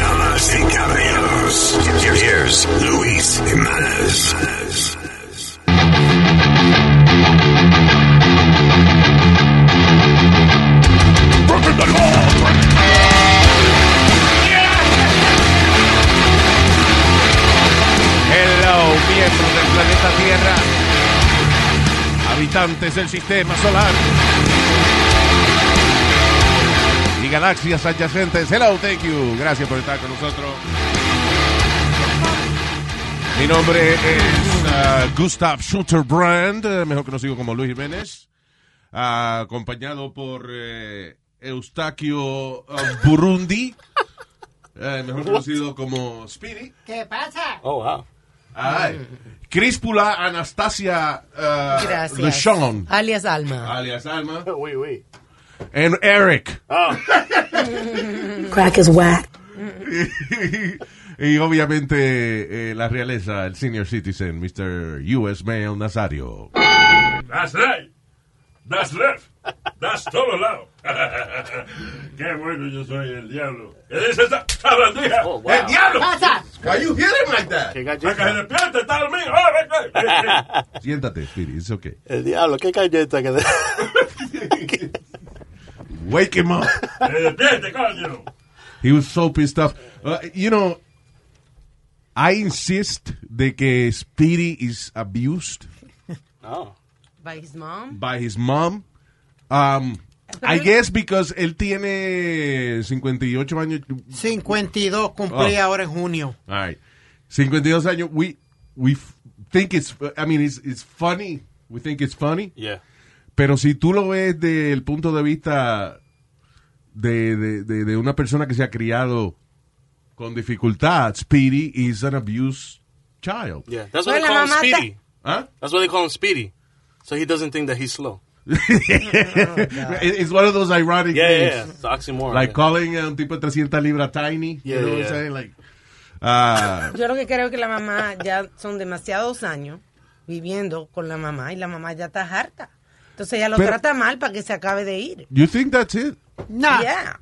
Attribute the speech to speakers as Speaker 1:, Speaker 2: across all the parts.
Speaker 1: Damas y caballeros, here's Luis Jimenez.
Speaker 2: Hello, miembros del planeta Tierra, habitantes del sistema solar y galaxias adyacentes. Hello, thank you. Gracias por estar con nosotros. Mi nombre es ah, Gustav Schutterbrand, eh, mejor conocido como Luis Jiménez, ah, acompañado por eh, Eustaquio ah, Burundi, eh, mejor conocido como Speedy.
Speaker 3: ¿Qué pasa?
Speaker 4: Oh, wow.
Speaker 5: Mm.
Speaker 2: Ay. Críspula Anastasia uh,
Speaker 3: Gracias.
Speaker 2: Lechon,
Speaker 3: Alias Alma.
Speaker 2: alias Alma,
Speaker 4: Oui, oui.
Speaker 2: and Eric.
Speaker 6: Crack is whack.
Speaker 2: y obviamente eh, la realeza, el senior citizen, Mr. U.S. Mail Nazario.
Speaker 5: That's right. That's left. That's todo lado. Qué bueno yo soy el diablo. ¿Qué dice esa sabandija?
Speaker 4: Oh, wow.
Speaker 5: ¡El diablo!
Speaker 3: ¡Pasa!
Speaker 2: Why you hit him like that?
Speaker 4: Qué
Speaker 5: ¡Para que se
Speaker 4: galleta.
Speaker 5: despierte! ¡Está dormido! ¡Ah, ven, ven! Ven, ven.
Speaker 2: Siéntate, Spirit, it's okay.
Speaker 4: El diablo, qué galleta que de...
Speaker 2: Wake him up.
Speaker 5: ¡Que ¡Se despierte, coño!
Speaker 2: He was so pissed off. Uh, you know, I insist de que Speedy is abused
Speaker 4: No.
Speaker 3: By his mom.
Speaker 2: by his mom. Um, I guess because él tiene 58 años.
Speaker 7: 52 cumplí
Speaker 2: Oh.
Speaker 7: ahora en junio.
Speaker 2: All right. 52 años. We, we f- think it's, I mean, it's, it's funny. We think it's funny.
Speaker 4: Yeah.
Speaker 2: Pero si tú lo ves desde el punto de vista de, de, de, de una persona que se ha criado con dificultad, Speedy is an abused child. ¿Ah?
Speaker 4: Yeah. That's
Speaker 3: Well,
Speaker 4: why they call him
Speaker 3: mamá te-
Speaker 4: Speedy.
Speaker 2: Huh?
Speaker 4: That's why they call him Speedy. So he doesn't think that he's slow.
Speaker 2: It- it's one of those ironic
Speaker 4: Yeah, yeah, uh,
Speaker 2: things.
Speaker 4: yeah. It's an oxymoron.
Speaker 2: Like calling a un tipo de 300 libras tiny. you
Speaker 4: Yeah,
Speaker 2: know
Speaker 4: yeah,
Speaker 2: what I'm
Speaker 4: yeah.
Speaker 2: saying? Like, ah,
Speaker 3: Yo lo que creo es que la mamá ya son demasiados años viviendo con la mamá y la mamá ya está harta. Entonces ella lo
Speaker 2: Pero-
Speaker 3: trata mal para que se acabe de ir.
Speaker 2: you think that's it?
Speaker 7: Nah.
Speaker 3: Yeah.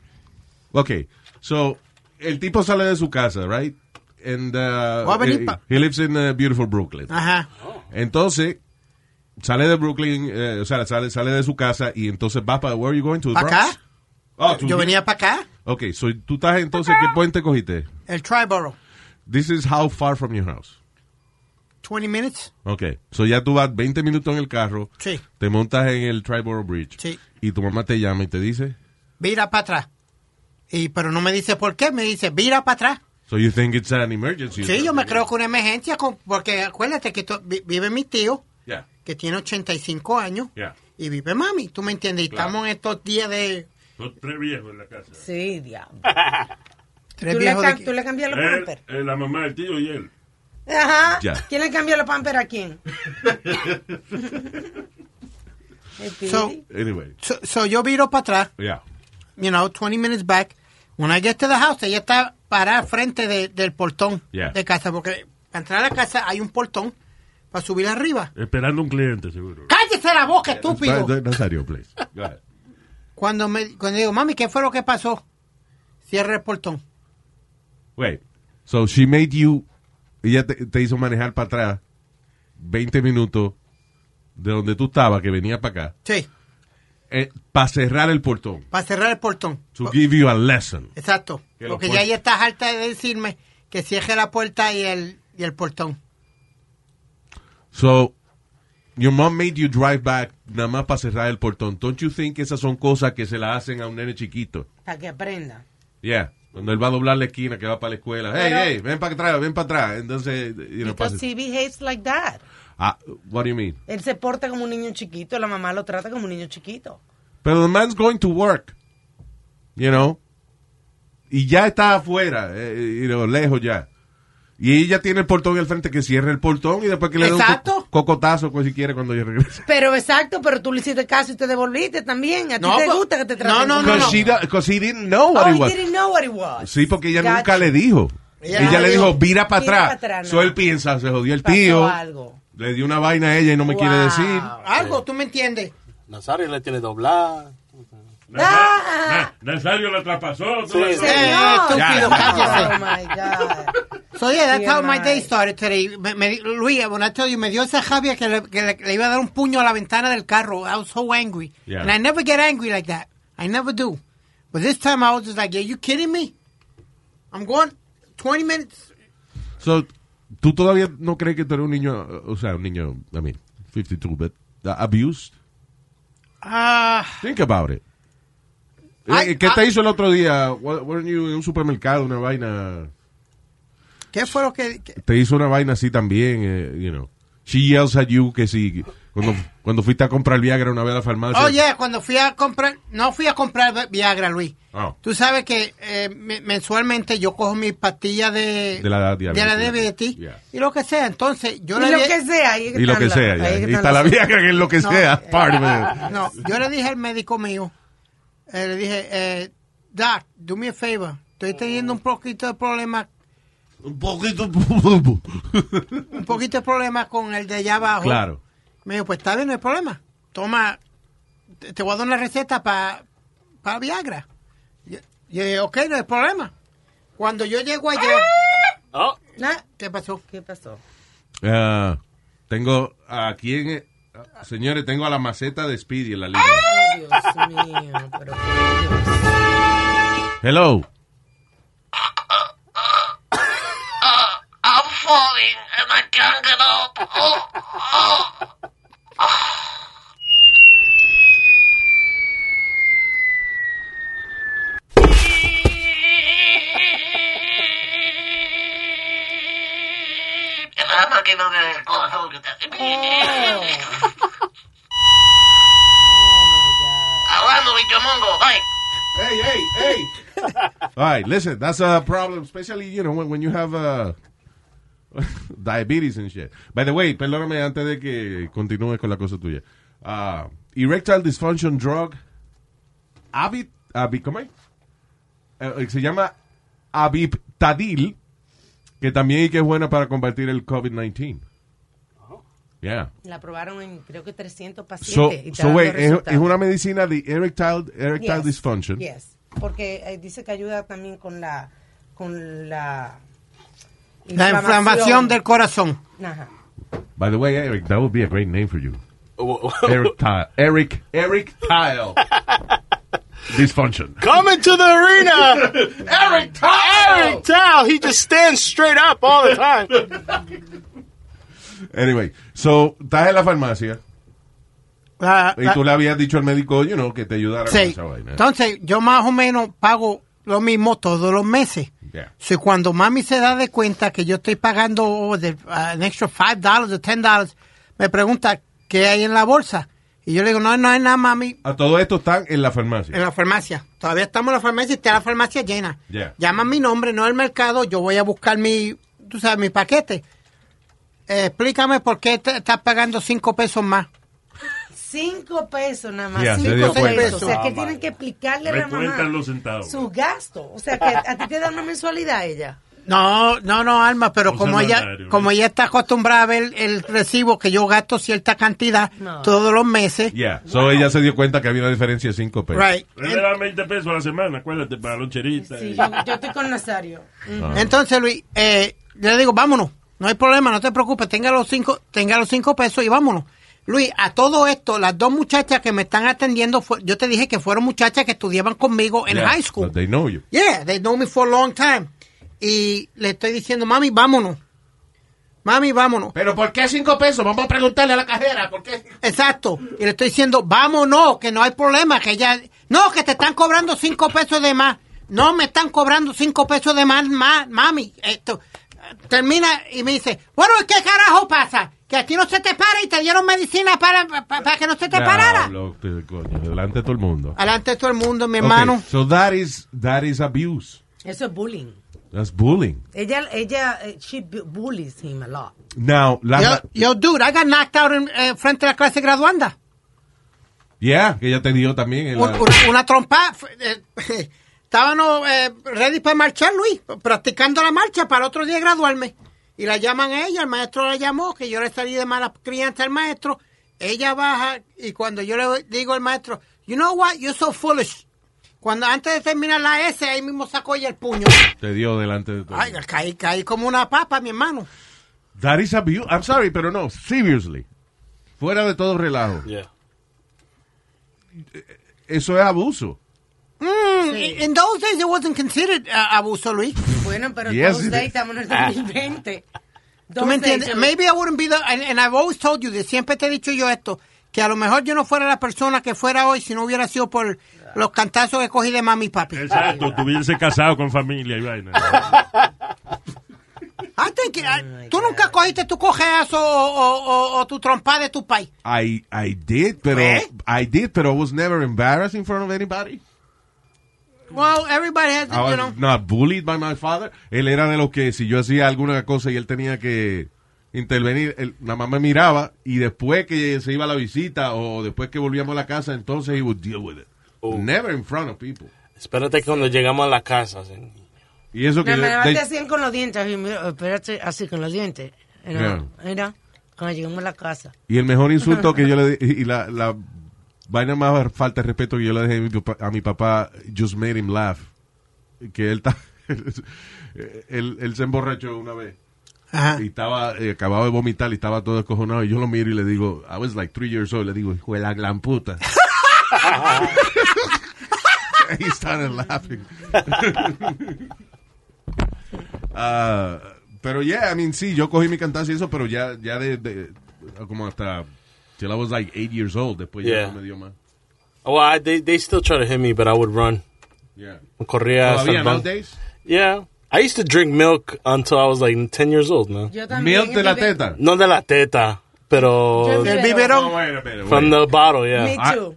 Speaker 2: Okay, so el tipo sale de su casa, right? And uh,
Speaker 7: Va a venir
Speaker 2: he-
Speaker 7: pa-
Speaker 2: he lives in uh, beautiful Brooklyn.
Speaker 7: Ajá.
Speaker 2: Entonces sale de Brooklyn, eh, o sea, sale, sale de su casa y entonces va para where are you going to the
Speaker 7: ¿Pa'
Speaker 2: Bronx?
Speaker 7: acá?
Speaker 2: Oh, tú-
Speaker 7: Yo venía para acá,
Speaker 2: Okay, so tú estás entonces qué puente cogiste?
Speaker 7: el Triborough.
Speaker 2: This is how far from your house.
Speaker 7: 20 minutes.
Speaker 2: Okay, so ya tú vas 20 minutos en el carro,
Speaker 7: Sí.
Speaker 2: te montas en el Triborough Bridge
Speaker 7: Sí.
Speaker 2: y tu mamá te llama y te dice,
Speaker 7: Vira para atrás. Y, pero no me dice por qué, me dice, vira para atrás.
Speaker 2: so you think it's an emergency?
Speaker 7: Sí, yo me creo que una emergencia, con- porque acuérdate que to- vi- vive mi tío,
Speaker 2: Yeah,
Speaker 7: que tiene 85 años,
Speaker 2: yeah.
Speaker 7: y vive mami, tú me entiendes, y
Speaker 2: Claro.
Speaker 7: estamos en estos días de
Speaker 5: Son tres viejos en la casa.
Speaker 3: Sí, diablo.
Speaker 7: tres
Speaker 3: ¿Tú le,
Speaker 7: viejos de
Speaker 3: cam-
Speaker 7: aquí.
Speaker 3: tú le cambias los
Speaker 5: Él,
Speaker 3: pampers?
Speaker 5: eh, la mamá, el tío y él.
Speaker 3: Ajá.
Speaker 2: Ya.
Speaker 3: ¿Quién le cambió los pampers a quién? El Pidi.
Speaker 7: So-
Speaker 2: Anyway,
Speaker 7: So, so yo viro para atrás,
Speaker 2: yeah.
Speaker 7: you know, 20 minutes back. When I get to the house, ella está parada frente de- del portón
Speaker 2: Yeah.
Speaker 7: de casa, porque para entrar a la casa hay un portón para subir arriba.
Speaker 5: Esperando un cliente, seguro.
Speaker 7: ¡Cállese la boca, estúpido!
Speaker 2: Right, Nazario, please. Go ahead.
Speaker 7: Cuando me cuando digo, mami, ¿qué fue lo que pasó? Cierra el portón.
Speaker 2: Wait. So she made you. Ella te, te hizo manejar para atrás 20 minutos de donde tú estabas, que venía para acá, eh,
Speaker 7: Sí,
Speaker 2: para cerrar el portón.
Speaker 7: para cerrar el portón.
Speaker 2: To give you a lesson.
Speaker 7: Exacto.
Speaker 2: Que
Speaker 7: Porque
Speaker 2: lo
Speaker 7: ya
Speaker 2: pon-
Speaker 7: ella está harta de decirme que cierre la puerta y el, y el portón.
Speaker 2: So, your mom made you drive back nada más para cerrar el portón. Don't you think esas son cosas que se la hacen a un nene chiquito?
Speaker 3: Para que aprenda.
Speaker 2: Yeah. Cuando él va a doblar la esquina, que va para la escuela. Hey,
Speaker 3: Pero-
Speaker 2: hey, ven para atrás, ven para atrás. Entonces, you know, pasa.
Speaker 3: Because he behaves like that.
Speaker 2: Ah, what do you mean?
Speaker 3: Él se porta como un niño chiquito, la mamá lo trata como un niño chiquito.
Speaker 2: Pero the man's going to work. You know. Y ya está afuera, eh, you know, lejos ya. Y ella tiene el portón al frente que cierre el portón y después que le dé un
Speaker 7: Exacto.
Speaker 2: co- cocotazo pues, si quiere cuando yo regrese.
Speaker 3: Pero exacto, pero tú le hiciste caso y te devolviste también. A ti
Speaker 7: No,
Speaker 3: te
Speaker 7: pues-
Speaker 3: gusta que te
Speaker 7: no,
Speaker 3: traten.
Speaker 7: no,
Speaker 3: como-
Speaker 7: no,
Speaker 2: Because
Speaker 7: no.
Speaker 2: she, do- 'cause he didn't know
Speaker 3: Oh,
Speaker 2: what it
Speaker 3: he
Speaker 2: was.
Speaker 3: didn't know what it was.
Speaker 2: Sí, porque ella
Speaker 3: Gotcha.
Speaker 2: nunca le dijo.
Speaker 7: Ella
Speaker 2: Ella
Speaker 7: le
Speaker 2: le dijo,
Speaker 7: dijo,
Speaker 2: vira para
Speaker 3: "Vira pa'
Speaker 2: atrás.
Speaker 3: atrás",
Speaker 2: So
Speaker 3: no.
Speaker 2: él piensa, se jodió el
Speaker 3: Pasó
Speaker 2: tío.
Speaker 3: algo.
Speaker 2: Le dio una vaina a ella y no me quiere
Speaker 3: Wow.
Speaker 2: decir.
Speaker 7: Algo, tú me entiendes.
Speaker 4: Nazario le tiene doblada.
Speaker 3: Ah.
Speaker 5: Nazario, Nazario la traspasó. tú
Speaker 4: Sí,
Speaker 5: la
Speaker 4: sí.
Speaker 5: traspasó.
Speaker 7: Eh, estúpido,
Speaker 2: Ya.
Speaker 3: Oh,
Speaker 7: cállese.
Speaker 3: my God.
Speaker 7: So yeah, that's
Speaker 3: Bien
Speaker 7: how my
Speaker 3: mal.
Speaker 7: day started today. Me, me, di- Luis, when I tell you, me dio esa rabia que, le, que le, le iba a dar un puño a la ventana del carro. I was so angry.
Speaker 2: Yeah.
Speaker 7: And I never get angry like that. I never do. But this time I was just like, are you kidding me? I'm going 20 minutes.
Speaker 2: So, ¿Tú todavía no crees que tú eres un niño, eh, o sea, un niño, I mean, 52, but uh, abused?
Speaker 7: Ah,
Speaker 2: Think about it.
Speaker 7: I-
Speaker 2: Eh, ¿Qué te
Speaker 7: I-
Speaker 2: hizo el otro día? Wa- weren't you en un supermercado, una vaina?
Speaker 7: ¿Qué fue lo que...? que-
Speaker 2: Te hizo una vaina así también, eh, you know. She yells at you que si, cuando, cuando fuiste a comprar Viagra una vez a la farmacia.
Speaker 7: Oh, yeah, cuando fui a comprar... No fui a comprar Viagra, Luis.
Speaker 2: Oh.
Speaker 7: Tú sabes que eh, me- mensualmente yo cojo mis pastillas de...
Speaker 2: De la diabetes.
Speaker 7: De la diabetes.
Speaker 2: Yeah.
Speaker 7: Y lo que sea. Entonces, yo
Speaker 3: Y
Speaker 7: le
Speaker 3: lo
Speaker 7: di-
Speaker 3: que sea. ahí
Speaker 2: Y lo
Speaker 3: están
Speaker 2: que
Speaker 3: las-
Speaker 2: sea, ya.
Speaker 3: ahí
Speaker 2: Y
Speaker 3: están
Speaker 2: está la
Speaker 3: las-
Speaker 2: vieja que es lo que
Speaker 7: No.
Speaker 2: sea. Part of it.
Speaker 7: No, yo le dije al médico mío, eh, le dije, eh, Doc, do me a favor, estoy teniendo un poquito de problema,
Speaker 2: Un poquito.
Speaker 7: un poquito de problema con el de allá abajo.
Speaker 2: Claro.
Speaker 7: Me dijo, pues está bien, no hay problema. Toma, te, te voy a dar una receta para pa Viagra. Yo, yo dije, ok, no hay problema. Cuando yo llego allá,
Speaker 4: Oh,
Speaker 3: Nah,
Speaker 7: ¿qué pasó?
Speaker 3: ¿Qué pasó?
Speaker 2: Ah, tengo a quién. eh, Señores, tengo a la maceta de Speedy en la línea.
Speaker 3: Oh, Dios mío, pero por Dios.
Speaker 2: Hello.
Speaker 8: I'm falling and I can't get up. Oh, oh. I'm not getting over there. Oh, I don't get that. Hablando, bicho mongo, bye.
Speaker 2: Hey, hey, hey. All right, listen, that's a problem, especially, you know, when, when you have uh, diabetes and shit. By the way, perdóname antes de que continúe con la cosa tuya. Ah, erectile dysfunction drug. Abit, abit, ¿Cómo es? Eh, se llama Abiptadil, que también y que es buena para combatir el COVID-19. Yeah.
Speaker 3: La probaron en creo que 300 pacientes.
Speaker 2: So,
Speaker 3: y
Speaker 2: so
Speaker 3: está dando
Speaker 2: wait, es,
Speaker 3: resultado.
Speaker 2: es una medicina de erectile, erectile
Speaker 3: Yes,
Speaker 2: dysfunction.
Speaker 3: yes. Porque eh, dice que ayuda también con la con la
Speaker 7: La inflamación del corazón.
Speaker 3: Ajá.
Speaker 2: By the way, Eric, that would be a great name for you.
Speaker 4: oh, oh.
Speaker 2: Eric Tile. Eric, Eric Tile. Dysfunction.
Speaker 4: Coming to the arena,
Speaker 2: Eric Tile!
Speaker 4: Eric Tal. He just stands straight up all the time.
Speaker 2: Anyway, so, estás en la farmacia
Speaker 7: La-
Speaker 2: y
Speaker 7: la-
Speaker 2: tú le habías dicho al médico, you know, que te ayudara con
Speaker 7: Ah. Sí.
Speaker 2: esa vaina.
Speaker 7: Entonces, yo más o menos pago lo mismo todos los meses.
Speaker 2: Yeah.
Speaker 7: So, cuando mami se da de cuenta que yo estoy pagando oh, de, ah, an extra $5 o $10, me pregunta qué hay en la bolsa. Y yo le digo, no, no hay nada, mami,
Speaker 2: A todo esto están en la
Speaker 7: en
Speaker 2: farmacia.
Speaker 7: la farmacia. Todavía estamos en la farmacia y está la farmacia llena.
Speaker 2: Yeah.
Speaker 7: Llama mi nombre, no el mercado, yo voy a buscar mi, tú sabes, mi paquete. Eh, explícame por qué te- estás pagando 5 pesos más.
Speaker 3: Cinco pesos nada más.
Speaker 2: Ya, se dio
Speaker 3: cinco
Speaker 2: cuenta.
Speaker 3: pesos. O sea,
Speaker 5: Ah,
Speaker 3: que
Speaker 5: my
Speaker 3: tienen
Speaker 5: God.
Speaker 3: que explicarle a la mamá
Speaker 5: Recuentan los centavos.
Speaker 3: su gasto. O sea, que a ti te da una mensualidad ella.
Speaker 7: No, no, no, Alma, pero
Speaker 5: Un
Speaker 7: como ella,
Speaker 5: semanario,
Speaker 7: como
Speaker 5: ¿eh?
Speaker 7: ella está acostumbrada a ver el recibo que yo gasto cierta cantidad
Speaker 3: No.
Speaker 7: todos los meses.
Speaker 2: Yeah. So, ella se dio cuenta que había una diferencia de 5 pesos.
Speaker 7: Right.
Speaker 5: Le dan 20 pesos a la semana, acuérdate, para loncherita.
Speaker 3: Sí,
Speaker 5: y-
Speaker 3: yo, yo estoy con Nazario. Mm.
Speaker 2: Ah.
Speaker 7: Entonces, Luis, eh, yo le digo, vámonos, no hay problema, no te preocupes, tenga los cinco, tenga los cinco pesos y vámonos. Luis, a todo esto, las dos muchachas que me están atendiendo, fue- yo te dije que fueron muchachas que estudiaban conmigo en
Speaker 2: Ah. Yeah,
Speaker 7: high school.
Speaker 2: but they know you.
Speaker 7: Yeah, they know me for a long time. Y le estoy diciendo, mami, vámonos. Mami, vámonos.
Speaker 2: Pero ¿por qué 5 pesos? Vamos a preguntarle a la cajera. ¿Por qué?
Speaker 7: Exacto. Y le estoy diciendo, vámonos, que no hay problema, que ya... No, que te están cobrando cinco pesos de más. No, me están cobrando cinco pesos de más, ma- mami. Esto termina y me dice, bueno, ¿y ¿qué carajo pasa? Que a ti no se te para y te dieron medicina para, pa- pa- para, que no se te parara.
Speaker 2: Diablo, te- coño, delante de todo el mundo.
Speaker 7: Adelante todo el mundo, mi
Speaker 2: Okay,
Speaker 7: hermano.
Speaker 2: so that is, that is abuse.
Speaker 3: Eso es bullying.
Speaker 2: That's bullying.
Speaker 3: Ella, ella, eh, she bu- bullies him a lot.
Speaker 2: Now, la,
Speaker 7: Yo, yo, dude, I got knocked out en, eh, frente a la clase graduanda.
Speaker 2: yeah, que ella te dio también. en la-
Speaker 7: Un- un- una trompa. fue- eh, Estábamos eh, ready para marchar, Luis, practicando la marcha para otro día graduarme. Y la llaman a ella, el maestro la llamó, que yo le salí de mala crianza al maestro. Ella baja y cuando yo le digo al maestro, you know what, you're so foolish. Cuando antes de terminar la S, ahí mismo sacó ella el puño.
Speaker 2: te dio delante de todo.
Speaker 7: Ay, caí, caí como una papa, mi hermano.
Speaker 2: That is abuse. I'm sorry, pero no, seriously. Fuera de todo relajo.
Speaker 4: Yeah.
Speaker 2: Eso es abuso.
Speaker 7: Mm, In those days it wasn't considered uh, abuso, Luis.
Speaker 3: Bueno, pero
Speaker 2: Yes,
Speaker 3: todos
Speaker 2: it
Speaker 3: ahí
Speaker 2: is.
Speaker 3: estamos en el 2020.
Speaker 7: ¿Tú me entiendes? Maybe I wouldn't be the, and, and I've always told you this, siempre te he dicho yo esto, que a lo mejor yo no fuera la persona que fuera hoy si no hubiera sido por los cantazos que cogí de mami y papi.
Speaker 5: Exacto, tuviese casado con familia y vaina.
Speaker 7: I think, I- tú nunca cogiste tu cojeazo o, o- o- o tu trompa de tu país.
Speaker 2: I, I did, pero
Speaker 7: ¿Eh?
Speaker 2: I did, pero I was never embarrassed in front of anybody.
Speaker 7: Well, everybody has,
Speaker 2: I
Speaker 7: you
Speaker 2: was
Speaker 7: know.
Speaker 2: not bullied by my father. Él era de los que si yo hacía alguna cosa y él tenía que intervenir, él, nada más me miraba y después que se iba a la visita o después que volvíamos a la casa, entonces he would deal with it.
Speaker 4: Oh.
Speaker 2: Never in front of people.
Speaker 4: Espérate que cuando llegamos a la casa. sí.
Speaker 2: Y eso que
Speaker 3: No,
Speaker 2: yo-
Speaker 3: me
Speaker 2: they-
Speaker 3: levanté así con los dientes. así, mira, espérate, así con los dientes. Era,
Speaker 2: Yeah.
Speaker 3: era cuando llegamos a la casa.
Speaker 2: Y el mejor insulto que yo le di, y la, la vaina más falta de respeto que yo le dejé a mi, papá, a mi papá, just made him laugh. Que él, ta- él, él se emborrachó una vez
Speaker 7: Ajá.
Speaker 2: y estaba, eh, acababa de vomitar y estaba todo escojonado. Y yo lo miro y le digo, I was like three years old, le digo, hijo de la gran puta. He started laughing. Ah, pero yeah, I mean, sí, yo cogí mi cantazo y eso, pero ya, ya de, de- como hasta, till I was like eight years old, después ya
Speaker 4: Yeah.
Speaker 2: no me dio más.
Speaker 4: Well, I, they, they still try to hit me, but I would run.
Speaker 2: Yeah.
Speaker 4: Corría hasta
Speaker 2: Todavía
Speaker 4: el banco.
Speaker 2: nowadays,
Speaker 4: Yeah. I used to drink milk until I was like 10 years old, man.
Speaker 3: Yo
Speaker 2: milk de la
Speaker 3: vive-
Speaker 2: teta.
Speaker 4: No de la teta, pero
Speaker 3: Yo-
Speaker 7: Del biberón.
Speaker 2: No, wait a minute,
Speaker 4: from
Speaker 2: wait.
Speaker 4: the bottle,
Speaker 3: Me
Speaker 4: yeah.
Speaker 2: Ah,
Speaker 3: too.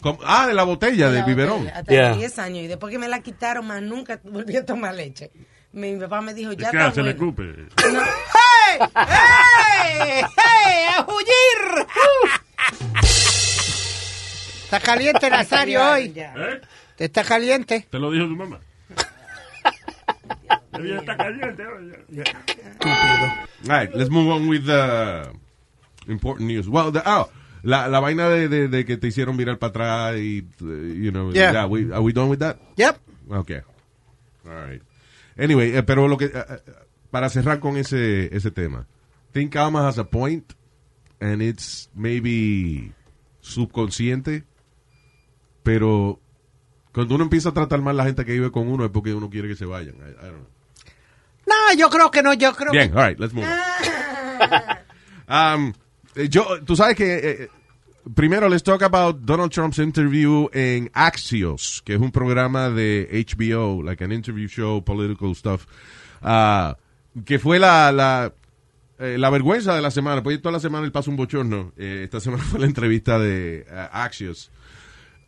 Speaker 2: ¿Cómo? Ah, de la botella, del
Speaker 3: La
Speaker 2: biberón.
Speaker 3: botella, Hasta
Speaker 4: Yeah.
Speaker 3: los 10 años. Y después que me la quitaron, más nunca volví a tomar leche. Mi, mi papá me dijo, ya
Speaker 5: ¿Qué
Speaker 3: está
Speaker 5: hace? Le
Speaker 3: bueno.
Speaker 5: cupe.
Speaker 3: No,
Speaker 7: ¡Hey! ¡Hey! ¡Hey! ¡A huir! Está caliente, Nazario, hoy.
Speaker 3: ya.
Speaker 5: ¿Eh?
Speaker 7: Está caliente.
Speaker 5: ¿Te lo dijo tu mamá? Ella está caliente. oye.
Speaker 2: All right, let's move on with the important news. Well, the, oh, la, la vaina de, de, de que te hicieron virar para atrás y, uh, you know,
Speaker 7: Yeah.
Speaker 2: we, are we done with that?
Speaker 7: Yep.
Speaker 2: Okay. All right. Anyway, eh, pero lo que, eh, eh, para cerrar con ese, ese tema, Think Alma has a point, and it's maybe subconsciente, pero cuando uno empieza a tratar mal a la gente que vive con uno es porque uno quiere que se vayan. I, I don't know.
Speaker 7: No, yo creo que no, yo creo que Ah.
Speaker 2: Bien, all right, let's move on. Um, eh, yo, tú sabes que eh, eh, primero let's talk about Donald Trump's interview en Axios, que es un programa de HBO, like an interview show, political stuff, ah, que fue la, la, eh, la vergüenza de la semana. Pues toda la semana él pasa un bochorno. Eh, esta semana fue la entrevista de ah, Axios.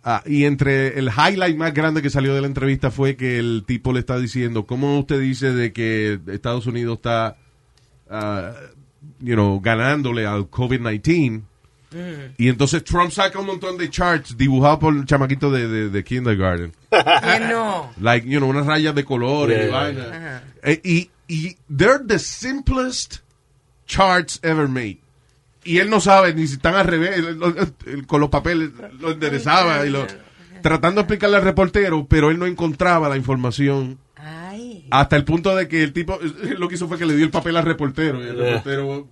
Speaker 2: Ah, y entre el highlight más grande que salió de la entrevista fue que el tipo le está diciendo, ¿cómo usted dice de que Estados Unidos está, ah, you know, ganándole al COVID-19? Y entonces Trump saca un montón de charts dibujados por el chamaquito de, de, de kindergarten.
Speaker 3: Que no.
Speaker 2: Like, you know, unas rayas de colores
Speaker 4: Yeah,
Speaker 2: y
Speaker 4: yeah,
Speaker 2: vaina.
Speaker 3: Ajá.
Speaker 2: Eh, y, y they're the simplest charts ever made. Y él no sabe ni si están al revés, él- él- él con los papeles lo enderezaba y lo tratando de explicarle al reportero, pero él no encontraba la información
Speaker 3: Ay.
Speaker 2: hasta el punto de que el tipo eh, lo que hizo fue que le dio el papel al reportero y el
Speaker 4: Yeah.
Speaker 2: reportero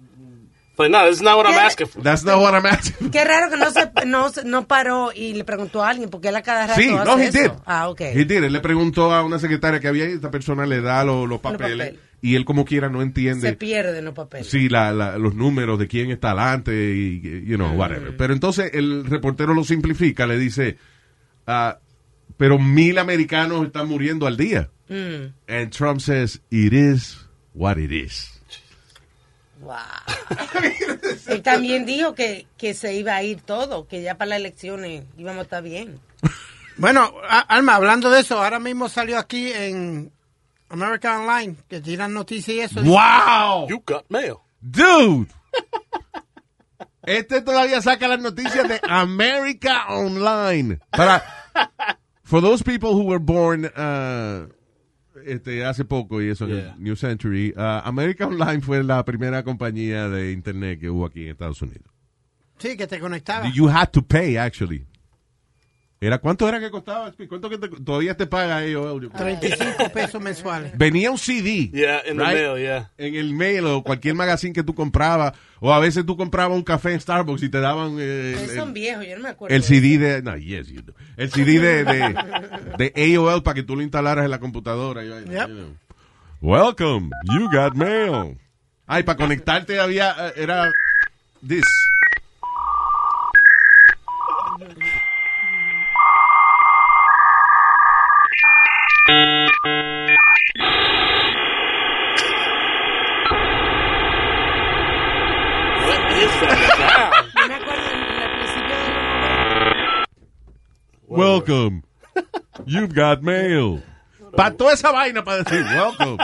Speaker 4: But no, that's not what I'm
Speaker 3: Yeah.
Speaker 4: asking for.
Speaker 2: That's not what I'm asking.
Speaker 3: Qué raro que no se no, se- no paró y le preguntó a alguien, porque él a cada rato
Speaker 2: Sí,
Speaker 3: hace
Speaker 2: no, he
Speaker 3: eso.
Speaker 2: did.
Speaker 3: Ah, ok.
Speaker 2: He did. Él le preguntó a una secretaria que había y esta persona le da lo- los papeles
Speaker 3: papeles.
Speaker 2: y él como quiera no entiende.
Speaker 3: Se pierden los papeles.
Speaker 2: Sí, la, la- los números de quién está adelante y, you know, whatever. Pero entonces el reportero lo simplifica, le dice, ah, pero mil americanos están muriendo al día.
Speaker 3: Mm.
Speaker 2: And Trump says, it is what it is.
Speaker 3: Wow. Él también dijo que, que se iba a ir todo, que ya para las elecciones íbamos a estar bien.
Speaker 7: Bueno, a- Alma, hablando de eso, ahora mismo salió aquí en America Online, que tiran noticias y eso.
Speaker 2: ¡Wow!
Speaker 4: You got mail.
Speaker 2: Dude. Este todavía saca las noticias de America Online. Para, for those people who were born uh, este, hace poco y eso, en
Speaker 4: Yeah.
Speaker 2: el New Century, uh, America Online fue la primera compañía de internet que hubo aquí en Estados Unidos.
Speaker 7: Sí, que te
Speaker 4: Ah.
Speaker 7: conectaba.
Speaker 2: You had to pay, actually. Era, ¿Cuánto era que costaba? ¿Cuánto que te- todavía te paga ellos?
Speaker 7: 35 pesos mensuales.
Speaker 2: Venía un CD.
Speaker 4: Yeah, in the
Speaker 2: right?
Speaker 4: mail, yeah.
Speaker 2: en el mail o cualquier magazine que tú comprabas, o a veces tú comprabas un café en Starbucks y te daban eh, el,
Speaker 3: Son
Speaker 2: el-
Speaker 3: viejos, yo no me acuerdo.
Speaker 2: el CD de, no, yes, you do. el CD de, de, de AOL para que tú lo instalaras en la computadora. y vaina,
Speaker 7: Yep.
Speaker 2: you know. Welcome, you got mail. Ay, para conectarte había, eh, era this.
Speaker 3: Yo me acuerdo en el principio de los 90.
Speaker 4: What is that sound?
Speaker 2: Welcome, you've got mail. Para toda esa vaina para decir welcome.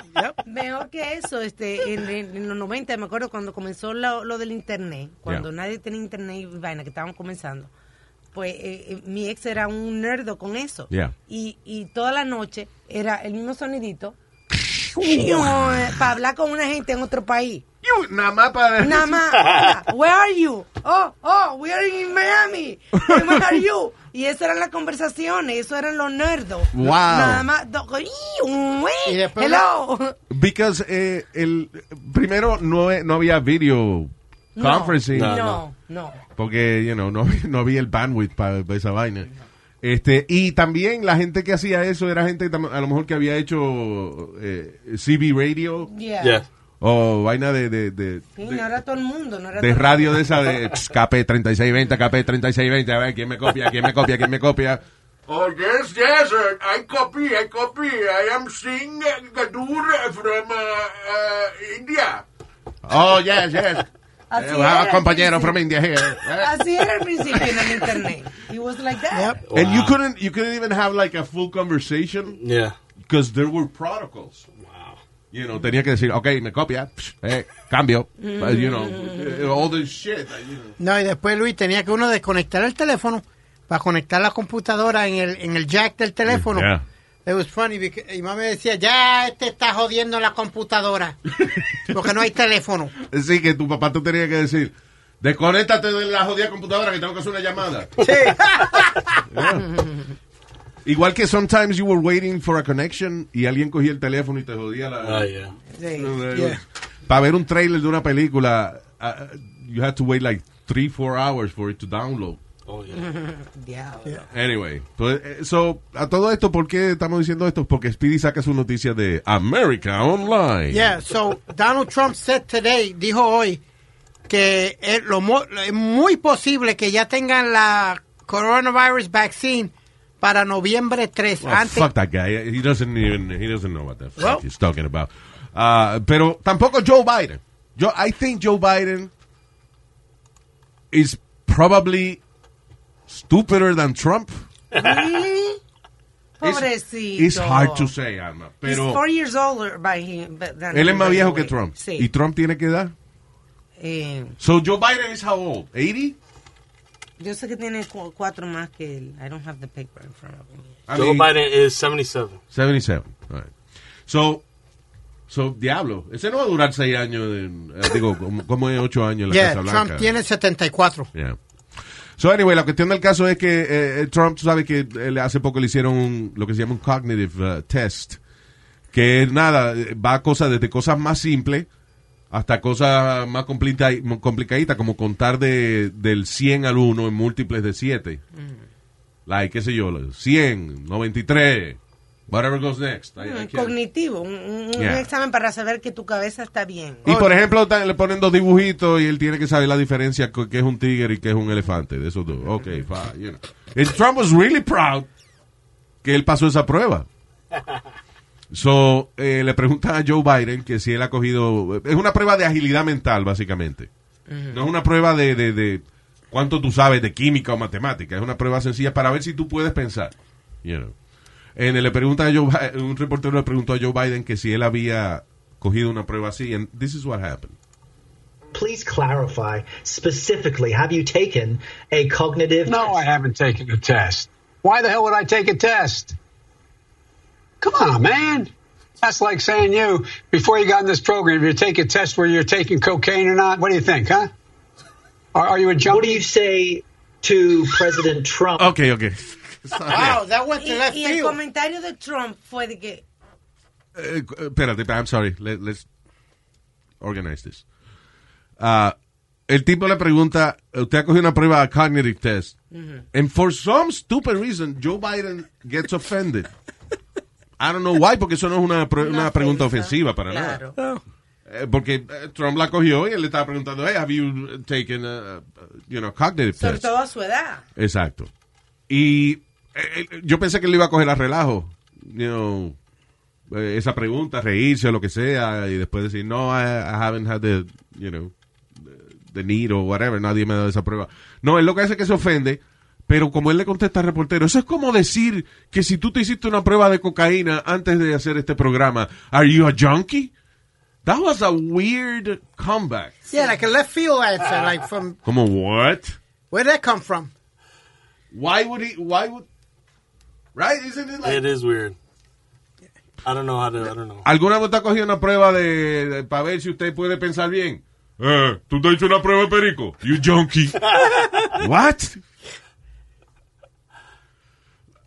Speaker 3: Mejor que eso, este, en, en- en los 90 me acuerdo cuando comenzó lo, lo del internet, cuando
Speaker 2: Yeah.
Speaker 3: nadie tenía internet y vaina que estaban comenzando. Pues eh, eh, mi ex era un nerdo con eso.
Speaker 2: Yeah.
Speaker 3: Y, y toda la noche era el mismo sonidito para hablar con una gente en otro país.
Speaker 2: You, nada más para
Speaker 3: Nada más. Hola, Where are you? Oh, oh, we are in Miami. And Where are you? Y esas eran las conversaciones, eso eran los nerdos.
Speaker 2: Wow.
Speaker 3: Nada más. do-
Speaker 7: Y después-
Speaker 3: Hello.
Speaker 2: Because eh, el primero no, e- no había video conferencing
Speaker 3: No, no. no.
Speaker 2: porque you know, no, había- no había el bandwidth para esa vaina. Este, y también la gente que hacía eso era gente tam- a lo mejor que había hecho eh, CB radio
Speaker 3: Yeah.
Speaker 4: Yeah.
Speaker 2: o vaina de, de, de,
Speaker 3: Sí,
Speaker 2: de-
Speaker 3: no era todo el mundo, no era
Speaker 2: de
Speaker 3: todo-
Speaker 2: radio de esa de "Pss, KP 3620, KP 3620, a ver quién me copia, quién me copia, quién me copia.
Speaker 6: Oh, yes, yes, uh, I copy, I copy. I am seeing uh, Gadur uh, from uh, uh, India.
Speaker 2: Oh, yes, yes.
Speaker 3: Así
Speaker 2: Eh,
Speaker 3: era
Speaker 2: ah,
Speaker 3: al
Speaker 2: compañero
Speaker 3: principio.
Speaker 2: from India here. Eh.
Speaker 3: Así era el principio en el internet. It was like that.
Speaker 7: Yep.
Speaker 2: And you couldn't you couldn't even have like a full conversation
Speaker 4: Yeah.
Speaker 2: because there were protocols.
Speaker 4: Wow.
Speaker 2: You know, tenía que decir, okay, me copia, psh, eh, cambio, But, you know, eh, all this shit. you know.
Speaker 7: No, y después Luis tenía que uno desconectar el teléfono para conectar la computadora en el, en el jack del teléfono.
Speaker 2: Yeah.
Speaker 7: It was funny because- y mami decía, ya este está jodiendo la computadora porque no hay teléfono.
Speaker 2: Así que tu papá te tenía que decir, desconéctate de la jodida computadora que tengo que hacer una llamada. Yeah. Igual que sometimes you were waiting for a connection y alguien cogía el teléfono y te jodía la...
Speaker 4: Oh, yeah.
Speaker 7: Sí, yeah.
Speaker 2: Para ver un trailer de una película, ah, you had to wait like three, four hours for it to download.
Speaker 4: Oh, yeah.
Speaker 3: Diablo.
Speaker 2: Anyway, pues, eh, so, a todo esto, ¿por qué estamos diciendo esto? Porque Speedy saca su noticia de America Online.
Speaker 7: Yeah, so Donald Trump said today, dijo hoy, que es, lo mo- es muy posible que ya tengan la coronavirus vaccine para noviembre 3.
Speaker 2: Oh,
Speaker 7: antes,
Speaker 2: fuck that guy. He doesn't even, he doesn't know what the fuck
Speaker 7: Well-
Speaker 2: he's talking about. Ah, pero tampoco Joe Biden. Yo, I think Joe Biden is probably stupider than Trump.
Speaker 3: Really? Pobrecito.
Speaker 2: It's hard to say, Alma.
Speaker 3: He's
Speaker 2: Pero
Speaker 3: four years older by him, but than
Speaker 2: él es más
Speaker 3: by
Speaker 2: viejo
Speaker 3: the
Speaker 2: que
Speaker 3: way.
Speaker 2: Trump.
Speaker 3: Sí.
Speaker 2: ¿Y Trump tiene que edad?
Speaker 3: Eh,
Speaker 2: So Joe Biden is how old? 80?
Speaker 3: yo sé que tiene cu- cuatro más que él. I don't have the paper in front of me.
Speaker 2: I
Speaker 4: Joe
Speaker 2: mean,
Speaker 4: Biden is 77.
Speaker 2: 77. All right. So, so, diablo. Ese no va a durar seis años. en- eh, digo, como, como es ocho años en la
Speaker 7: yeah,
Speaker 2: Casa Blanca.
Speaker 7: Trump tiene 74.
Speaker 2: Yeah. So, anyway, la cuestión del caso es que eh, eh, Trump, tú sabes que eh, le- hace poco le hicieron un- lo que se llama un cognitive uh, test. Que es nada, eh, va a cosas desde cosas más simples hasta cosas más complica- complicaditas, como contar de, del 100 al 1 en múltiples de 7. Like, qué sé yo, 100, 93, whatever goes next. I- I
Speaker 3: Un
Speaker 2: can't-
Speaker 3: cognitivo, un, un- un
Speaker 2: Yeah.
Speaker 3: examen para saber que tu cabeza está bien.
Speaker 2: Y por ejemplo, ta- le ponen dos dibujitos y él tiene que saber la diferencia co- que es un tigre y que es un elefante. De esos dos. Ok, fine. you know. And Trump was really proud que él pasó esa prueba. So, eh, le preguntan a Joe Biden que si él ha cogido. Es una prueba de agilidad mental, básicamente. No es una prueba de, de, de cuánto tú sabes de química o matemática. Es una prueba sencilla para ver si tú puedes pensar. You know. En el- Eh, le preguntan a Joe Bi- eh, un reportero le preguntó a Joe Biden que si él había cogido una prueba así. And this is what happened.
Speaker 9: Please clarify specifically have you taken a cognitive
Speaker 10: No, I haven't taken a test. Why the hell would I take a test? Come on, man. That's like saying you, before you got in this program, you take a test where you're taking cocaine or not. What do you think, huh? Are, are you a junkie?
Speaker 9: What do you say to President Trump?
Speaker 2: Ok, ok.
Speaker 7: Wow, that went
Speaker 3: Y,
Speaker 7: to left
Speaker 3: y el
Speaker 7: field.
Speaker 3: comentario de Trump fue de que
Speaker 2: Eh, cu- espérate, I'm sorry. Let- let's organize this. Ah, el tipo le pregunta, usted ha cogido una prueba cognitive test. And for some stupid reason, Joe Biden gets offended. I don't know why, porque eso no es una, pre- una pregunta ofensiva para
Speaker 3: Claro.
Speaker 2: nada. Eh, Porque eh, Trump la cogió y él le estaba preguntando, hey, have you taken a, you know, cognitive
Speaker 3: sobre
Speaker 2: test?
Speaker 3: todo a su edad.
Speaker 2: Exacto. Y eh, eh, yo pensé que le iba a coger a relajo, you know, eh, esa pregunta, reírse o lo que sea, y después decir, no, I, I haven't had the, you know, the need o whatever, nadie me ha dado esa prueba. No, él lo que hace es que se ofende, pero como él le contesta al reportero, eso es como decir que si tú te hiciste una prueba de cocaína antes de hacer este programa, ¿are you a junkie? That was a weird comeback.
Speaker 7: Yeah, like a left field answer, like from
Speaker 2: Como, what?
Speaker 7: where that come from?
Speaker 2: Why would he? Why would? Right? Isn't it like?
Speaker 4: It is weird. I don't know how to. I don't know.
Speaker 2: ¿Alguna vez te ha cogido una prueba de, para ver si usted puede pensar bien? Eh, tú te has hecho una prueba de perico. You junkie. What?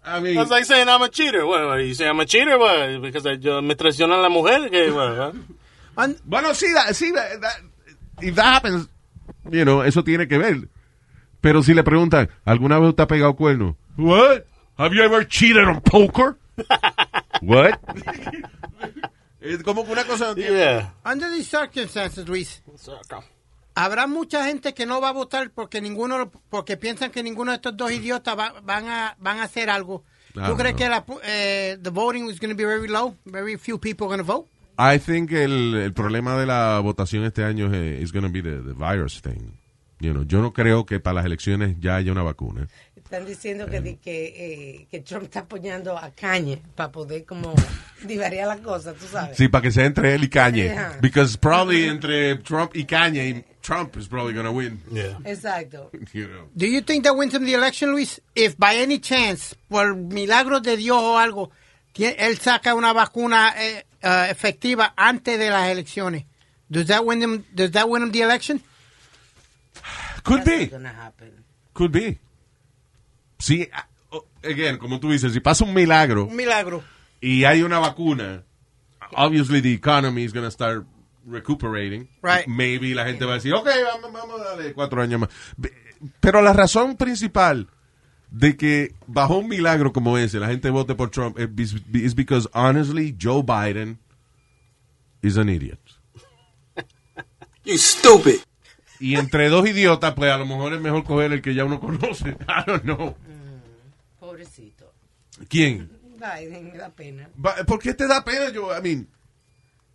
Speaker 2: I mean,
Speaker 4: That's like saying I'm a cheater. What, what, you say I'm a cheater? What? Because I, yo, me traiciona la mujer. Que, what, what?
Speaker 7: And
Speaker 2: bueno, sí, that- sí, that- that- if that happens, you know, eso tiene que ver. Pero si le preguntan, ¿alguna vez usted ha pegado cuerno? What? Have you ever cheated on poker? What? es como que una cosa no tiene-
Speaker 4: Yeah.
Speaker 7: under these circumstances, Luis,
Speaker 4: Suck 'em.
Speaker 7: habrá mucha gente que no va a votar porque ninguno, porque piensan que ninguno de estos dos idiotas va- van a van a hacer algo.
Speaker 2: Ah,
Speaker 7: ¿Tú crees
Speaker 2: no.
Speaker 7: que la, pu- eh, the voting is going to be very low? Very few people going to vote.
Speaker 2: I think el, el problema de la votación este año es is gonna be the, the virus thing. You know, yo no creo que para las elecciones ya haya una vacuna.
Speaker 3: Están diciendo que, di- que, eh, que Trump está apoyando a Kanye para poder como divariar las cosas, tú sabes.
Speaker 2: Sí, para que sea entre él y Kanye.
Speaker 3: Ajá.
Speaker 2: Because probably entre Trump y Kanye, Trump is probably gonna win.
Speaker 4: Yeah.
Speaker 3: Exacto.
Speaker 2: You know.
Speaker 7: Do you think that wins him the election, Luis? If by any chance, por milagros de Dios o algo, tie- él saca una vacuna eh, eh, efectiva antes de las elecciones. Does that win him? Does that win him the election?
Speaker 2: Could
Speaker 3: That's
Speaker 2: be,
Speaker 3: not gonna happen.
Speaker 2: could be. Sí, ah, oh, again, como tú dices, si pasa un milagro
Speaker 7: Un milagro.
Speaker 2: y hay una vacuna, obviously the economy is going to start recuperating.
Speaker 7: Right.
Speaker 2: Maybe la gente va a decir, ok, vamos, vamos a darle cuatro años más. Be- Pero la razón principal de que bajo un milagro como ese la gente vote por Trump es be- is because honestly Joe Biden is an idiot.
Speaker 11: You stupid.
Speaker 2: Y entre dos idiotas, pues a lo mejor es mejor coger el que ya uno conoce. I don't know.
Speaker 3: Pobrecito.
Speaker 2: ¿Quién?
Speaker 3: Biden, me da pena.
Speaker 2: Ba- ¿Por qué te da pena, Joe? I mean,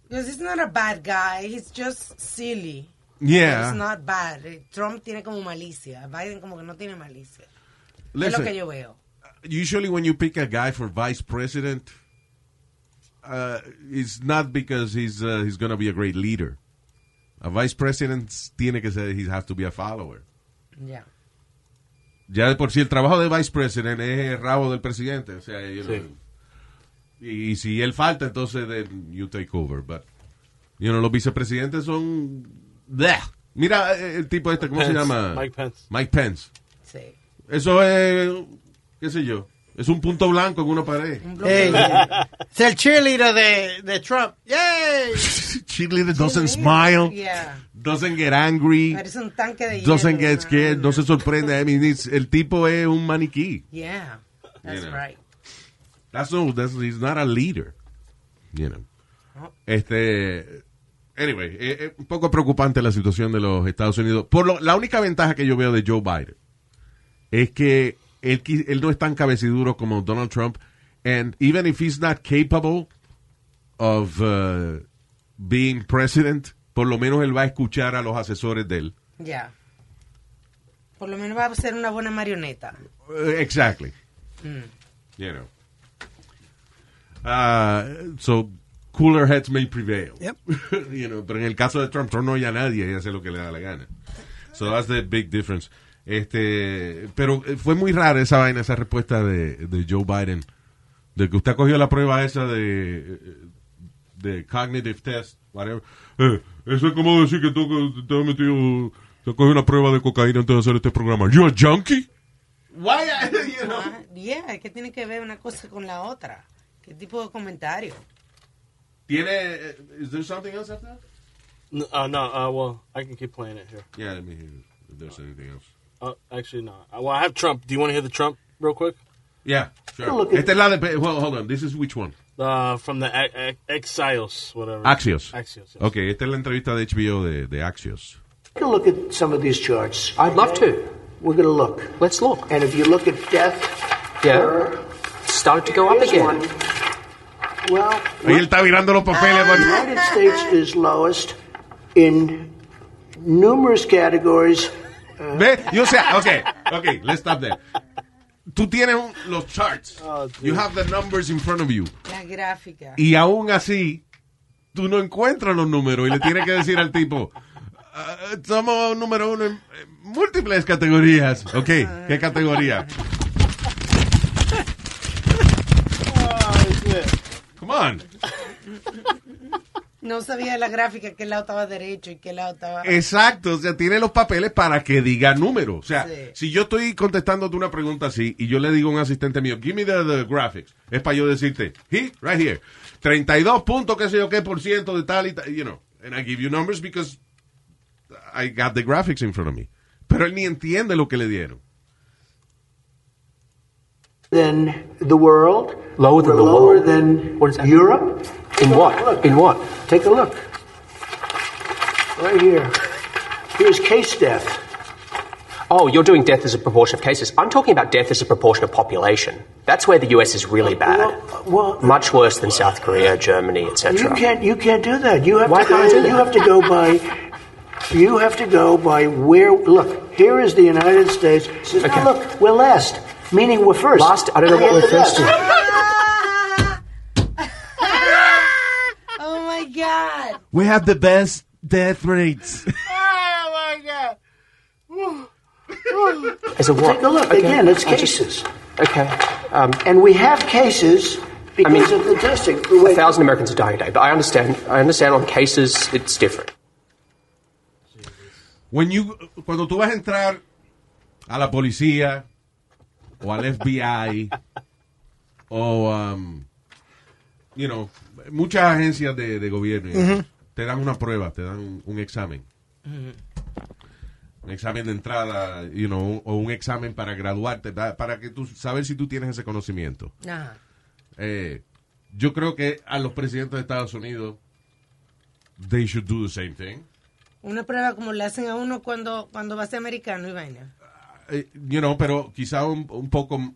Speaker 3: Because he's not a bad guy, he's just silly.
Speaker 2: yeah.
Speaker 3: It's not bad. Eh, Trump tiene como malicia. Biden como que no tiene malicia. es
Speaker 2: Listen.
Speaker 3: lo que yo veo.
Speaker 2: usually when you pick a guy for vice president, uh, it's not because he's uh, he's gonna be a great leader. A vice president tiene que ser he has to be a follower.
Speaker 3: Ya.
Speaker 2: Ya de por sí el trabajo de vice president es el rabo del presidente, o sea, you know,
Speaker 4: Sí.
Speaker 2: y, y si él falta entonces then you take over, but you know, los vicepresidentes son bleh. Mira eh, el tipo este, ¿cómo se
Speaker 4: Pence.
Speaker 2: llama?
Speaker 4: Mike Pence.
Speaker 2: Mike Pence.
Speaker 3: Sí.
Speaker 2: Eso es qué sé yo, es un punto blanco en una pared.
Speaker 7: Hey, es el cheerleader de, de Trump. Yay!
Speaker 2: cheerleader doesn't smile,
Speaker 3: Yeah.
Speaker 2: doesn't get angry,
Speaker 3: Parece un tanque de hielo.
Speaker 2: doesn't get
Speaker 3: una-
Speaker 2: scared, no se sorprende. I mean, it's- el tipo es un maniquí.
Speaker 3: Yeah. That's
Speaker 2: You know.
Speaker 3: right.
Speaker 2: That's no, that's, he's not a leader. You know.
Speaker 3: No.
Speaker 2: Este, anyway, es un poco preocupante la situación de los Estados Unidos. Por lo- la única ventaja que yo veo de Joe Biden es que él, qui- él no es tan cabeciduro como Donald Trump. And even if he's not capable of uh, being president, por lo menos él va a escuchar a los asesores de él.
Speaker 3: Ya. Por lo menos va a ser una buena marioneta.
Speaker 2: Uh, exactly. You Eh, know. Uh, so, cooler heads may prevail.
Speaker 7: Yep.
Speaker 2: you know, pero en el caso de Trump, Trump no oye a nadie y hace lo que le da la gana. So, that's the big difference. Este, pero fue muy rara esa vaina, esa respuesta de, de Joe Biden. De que usted cogió la prueba esa de, de cognitive test, whatever. Eh, eso es como decir que tú te has metido, te has cogido una prueba de cocaína antes de hacer este programa. ¿You're a junkie? Why, you know?
Speaker 3: Yeah, Ah, que tiene que ver una cosa con la otra. ¿Qué tipo de comentario?
Speaker 2: ¿Tiene. eh, Is there something else after that?
Speaker 4: No, uh, no uh, well, I can keep playing it here.
Speaker 2: Yeah, let me hear if there's anything else.
Speaker 4: Uh, actually, no. Uh, Well, I have Trump. Do you want to hear the Trump real quick?
Speaker 2: Yeah,
Speaker 4: Oh,
Speaker 2: sure.
Speaker 4: look at-
Speaker 2: Esta es la de. Well, hold on, this is which one?
Speaker 4: Uh, from the A- A- Axios, whatever.
Speaker 2: Axios.
Speaker 4: Axios. yes.
Speaker 2: Ok, esta es la entrevista de HBO de, de Axios.
Speaker 12: We're going to look at some of these charts. I'd love to. We're going to look. Let's look. And if you look at death, yeah, start to go up again. Well,
Speaker 2: Ahí él está mirando los
Speaker 4: Ah.
Speaker 2: papeles.
Speaker 12: the United States is lowest in numerous categories.
Speaker 2: ¿Ve? Y, o sea, ok, ok, let's stop there. Tú tienes un- los charts. you have the numbers in front of you.
Speaker 3: La gráfica.
Speaker 2: Y aún así, tú no encuentras los números y le tienes que decir al tipo, "Ah, somos número uno en, en múltiples categorías. Ok, ¿qué categoría? Come on.
Speaker 3: No sabía la gráfica qué lado estaba derecho y qué lado estaba.
Speaker 2: Exacto, o sea, tiene los papeles para que diga número. O sea,
Speaker 3: Sí.
Speaker 2: si yo estoy contestándote una pregunta así y yo le digo a un asistente mío, give me the, the graphics, es para yo decirte, he, right here, 32 puntos, qué sé yo qué por ciento de tal y tal, you know, and I give you numbers because I got the graphics in front of me. Pero él ni entiende lo que le dieron.
Speaker 12: than the world.
Speaker 9: Lower than
Speaker 12: We're
Speaker 9: the world?
Speaker 12: lower than Europe.
Speaker 9: In
Speaker 12: Take a
Speaker 9: what?
Speaker 12: look.
Speaker 9: In what?
Speaker 12: Take a look. Right here. Here's case death.
Speaker 11: Oh, you're doing death as a proportion of cases. I'm talking about death as a proportion of population. That's where the US is really bad.
Speaker 12: Well,
Speaker 11: Much worse than South Korea, Germany,
Speaker 12: you
Speaker 11: etc.
Speaker 12: can't. You can't do that. You have
Speaker 11: Why
Speaker 12: to. Go,
Speaker 11: can't I do that?
Speaker 12: You have to go by. You have to go by where. Look, here is the United States. Says, "Now
Speaker 11: Okay.
Speaker 12: look, we're last, meaning we're first.
Speaker 11: Last? I don't know what we're first in.
Speaker 3: Ah, Oh my God.
Speaker 2: We have the best death rates.
Speaker 3: Oh my God. Uh,
Speaker 11: As a what?
Speaker 12: Take a look
Speaker 11: Okay.
Speaker 12: again. It's
Speaker 11: I just-
Speaker 12: cases,
Speaker 11: Okay. Um,
Speaker 12: and we have cases because of the testing. The
Speaker 11: a
Speaker 12: way-
Speaker 11: thousand Americans are dying a day, but I understand. I understand on cases it's different.
Speaker 2: When you, cuando tú vas a entrar a la policía o al FBI o, um, you know, muchas agencias de, de gobierno
Speaker 13: Ujú.
Speaker 2: te dan una prueba, te dan un, un examen, un examen de entrada, you know, un- o un examen para graduarte, pa- para que tú saber si tú tienes ese conocimiento.
Speaker 3: Ajá.
Speaker 2: Eh, yo creo que a los presidentes de Estados Unidos they should do the same thing.
Speaker 3: Una prueba como le hacen a uno cuando, cuando va a ser americano y vaina.
Speaker 2: eh, you know, pero quizá un, un poco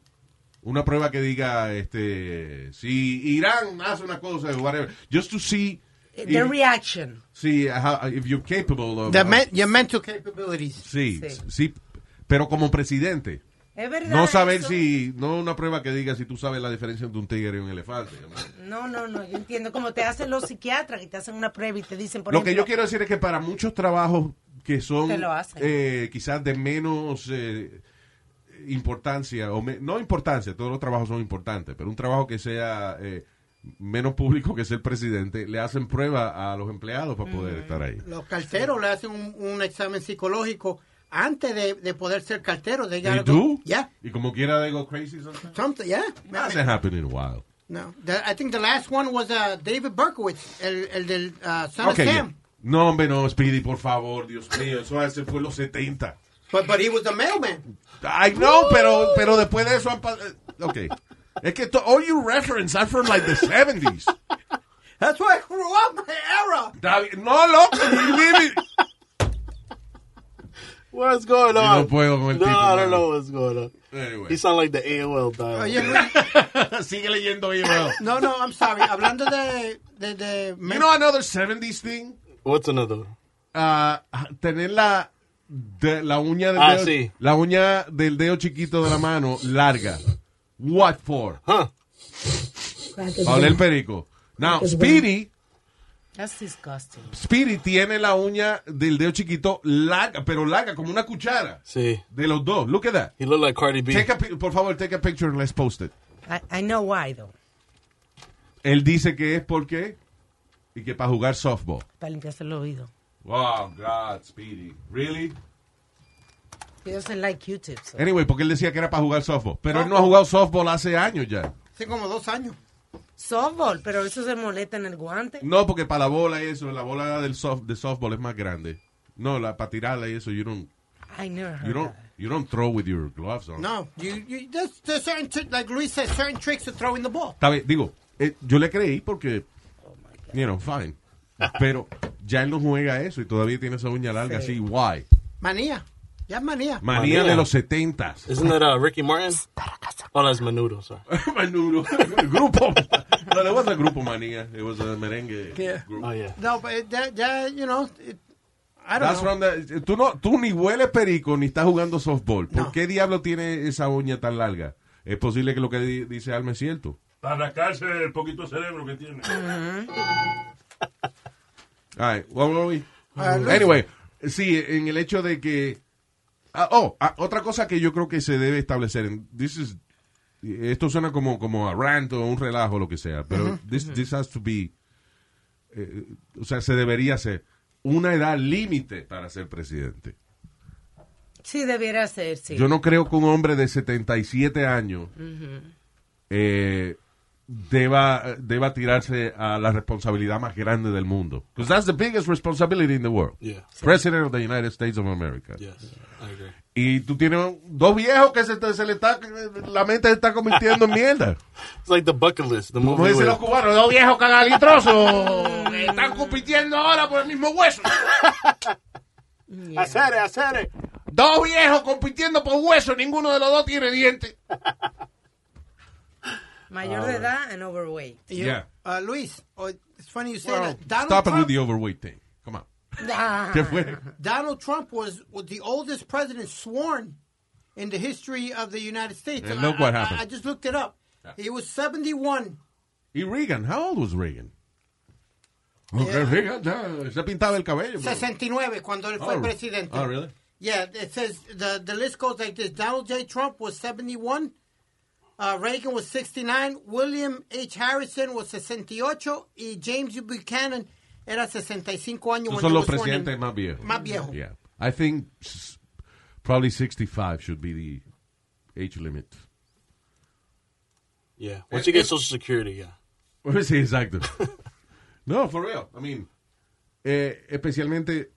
Speaker 2: una prueba que diga este si Irán hace una cosa whatever just to see
Speaker 3: Eh, The
Speaker 2: if-
Speaker 3: reaction.
Speaker 2: see how- if you're capable of
Speaker 7: The men- your mental capabilities.
Speaker 2: sí,
Speaker 7: Sí.
Speaker 2: sí, pero como presidente
Speaker 3: Es verdad.
Speaker 2: no saber
Speaker 3: eso.
Speaker 2: si no una prueba que diga si tú sabes la diferencia entre un tigre y un elefante
Speaker 3: No, no, no. Yo entiendo como te hacen los psiquiatras y te hacen una prueba y te dicen, por
Speaker 2: lo que
Speaker 3: ejemplo,
Speaker 2: yo quiero decir es que para muchos trabajos que son
Speaker 3: Te lo hacen.
Speaker 2: eh, quizás de menos eh, importancia, o me- no importancia, todos los trabajos son importantes, pero un trabajo que sea eh, menos público que ser presidente, le hacen prueba a los empleados para poder estar ahí.
Speaker 7: Los carteros le hacen un, un examen psicológico antes de, de poder ser cartero. They
Speaker 2: They
Speaker 7: gotta
Speaker 2: do.
Speaker 7: go- Yeah.
Speaker 2: Y como quiera, they go crazy sometimes.
Speaker 7: Something, yeah.
Speaker 2: Hasn't happened in a while.
Speaker 7: No. The- I think the last one was uh, David Berkowitz, el, el del uh, Son
Speaker 2: Okay,
Speaker 7: of
Speaker 2: yeah.
Speaker 7: Sam.
Speaker 2: No, hombre, no, Speedy, por favor, Dios mío, eso hace fue en los 70.
Speaker 7: But, but he was the mailman.
Speaker 2: Ay, no, pero, pero después de eso han pasado. Ok. Es que to- all your references are from like the 70s.
Speaker 7: That's why I grew up in the era.
Speaker 2: Está bien. No, loco, you leave it.
Speaker 4: What's going
Speaker 2: Yo
Speaker 4: on?
Speaker 2: no puedo con el
Speaker 4: No,
Speaker 2: tipo,
Speaker 4: I don't
Speaker 2: mano.
Speaker 4: know what's going on.
Speaker 2: Anyway.
Speaker 4: He sound like the AOL
Speaker 2: Oh,
Speaker 4: dial.
Speaker 7: Oye,
Speaker 2: Sigue leyendo email.
Speaker 7: No, no, I'm sorry. Hablando de... de, de
Speaker 2: You know another 70s thing?
Speaker 4: What's another one?
Speaker 2: Ah, tener la, de- la uña del
Speaker 4: Ah,
Speaker 2: dedo,
Speaker 4: sí.
Speaker 2: la uña del dedo chiquito de la mano larga. What for? Pa' oler perico. Now, Speedy,
Speaker 3: That's disgusting.
Speaker 2: Speedy tiene la uña del dedo chiquito larga, pero larga, como una cuchara.
Speaker 4: Sí.
Speaker 2: De los dos. Look at that.
Speaker 4: He look like Cardi B.
Speaker 2: Take a pi- por favor, take a picture and let's post it.
Speaker 3: I, I know why, though.
Speaker 2: Él dice que es porque y que para jugar softball.
Speaker 3: Para limpiarse el oído.
Speaker 2: Wow, God, Speedy. Really?
Speaker 3: He doesn't like Q-tips. so-
Speaker 2: Anyway, porque él decía que era para jugar softball. Pero él no ha jugado softball hace años ya.
Speaker 3: Hace como dos años. Softball, pero eso se molesta en el guante.
Speaker 2: No, porque para la bola y eso, la bola del soft, de softball es más grande. No, la, para tirarla y eso, you don't,
Speaker 3: I never
Speaker 2: you
Speaker 3: heard
Speaker 2: don't, you don't throw with your gloves on.
Speaker 7: No, you, you, there's, there's certain, tri- like Luis said, certain tricks to throwing the ball.
Speaker 2: Está bien, digo, eh, yo le creí porque, you know, fine. Pero ya él no juega eso y todavía tiene esa uña larga así. Why?
Speaker 7: Manía. Ya es manía.
Speaker 2: Manía,
Speaker 4: Manía.
Speaker 2: de los 70.
Speaker 4: Isn't that uh, Ricky Martin? Oh, that's Menudo, sorry.
Speaker 2: Menudo. grupo. No, it wasn't grupo manía. It was a merengue.
Speaker 7: Yeah.
Speaker 2: group.
Speaker 4: Oh,
Speaker 7: No, but it- ya, ya, you know, it- I don't
Speaker 2: That's
Speaker 7: know.
Speaker 2: from the- tú, no, tú ni hueles perico ni estás jugando softball. ¿Por qué diablo tiene esa uña tan larga? Es posible que lo que di- dice Alma es cierto. Mm-hmm.
Speaker 5: Para arrancarse el poquito cerebro que tiene.
Speaker 2: All right, what were we?
Speaker 5: Ah, Luis.
Speaker 2: anyway, sí, en el hecho de que... ah, oh, ah, otra cosa que yo creo que se debe establecer. en- This is, esto suena como, como a rant o un relajo lo que sea, pero this, this has to be... eh, o sea, se debería hacer una edad límite para ser presidente.
Speaker 3: Sí, debiera ser, sí.
Speaker 2: Yo no creo que un hombre de 77 años
Speaker 3: Ujú.
Speaker 2: eh, deba, deba tirarse a la responsabilidad más grande del mundo. Because that's the biggest responsibility in the world.
Speaker 4: Yeah.
Speaker 2: President of the United States of America.
Speaker 4: Yes, I agree.
Speaker 2: Y tú tienes dos viejos que se, te- se le está, la mente se está convirtiendo en mierda.
Speaker 4: It's like the bucket list, the
Speaker 2: Como
Speaker 4: movie.
Speaker 2: dicen los
Speaker 4: With,
Speaker 2: cubanos, dos viejos cagalitrosos. que están compitiendo ahora por el mismo hueso.
Speaker 4: Acere, acere.
Speaker 2: Dos viejos compitiendo por hueso, ninguno de los dos tiene dientes. Ah,
Speaker 3: Mayor de edad and overweight.
Speaker 7: You- Uh, Luis, oh, it's funny you say
Speaker 3: Well,
Speaker 7: that. Donald
Speaker 2: Stop it with
Speaker 7: Trump,
Speaker 2: the overweight thing. Come on.
Speaker 7: Ah.
Speaker 2: ¿Qué fue?
Speaker 7: Donald Trump was, was the oldest president sworn in the history of the United States.
Speaker 2: And look what
Speaker 7: I- I-
Speaker 2: happened.
Speaker 7: I, just looked it up. He was 71.
Speaker 2: ¿Y Reagan? How old was Reagan? Okay, Reagan ya se pintaba el cabello. bro.
Speaker 7: 69 cuando él fue
Speaker 2: Hmm. Oh,
Speaker 7: presidente.
Speaker 2: oh, really?
Speaker 7: Yeah, it says the the list goes like this: Donald J. Trump was 71, uh, Reagan was 69, William H. Harrison was 68 y James Buchanan era 65
Speaker 2: Esos
Speaker 7: años. when
Speaker 2: son
Speaker 7: he
Speaker 2: los
Speaker 7: was sworn in.
Speaker 2: presidentes más viejos.
Speaker 7: Más viejos.
Speaker 2: Yeah. I think s- probably 65 should be the age limit.
Speaker 4: yeah.
Speaker 2: Eh,
Speaker 4: Once you get Social Security, yeah.
Speaker 2: Sí, exacto. no, for real. I mean, eh, especialmente,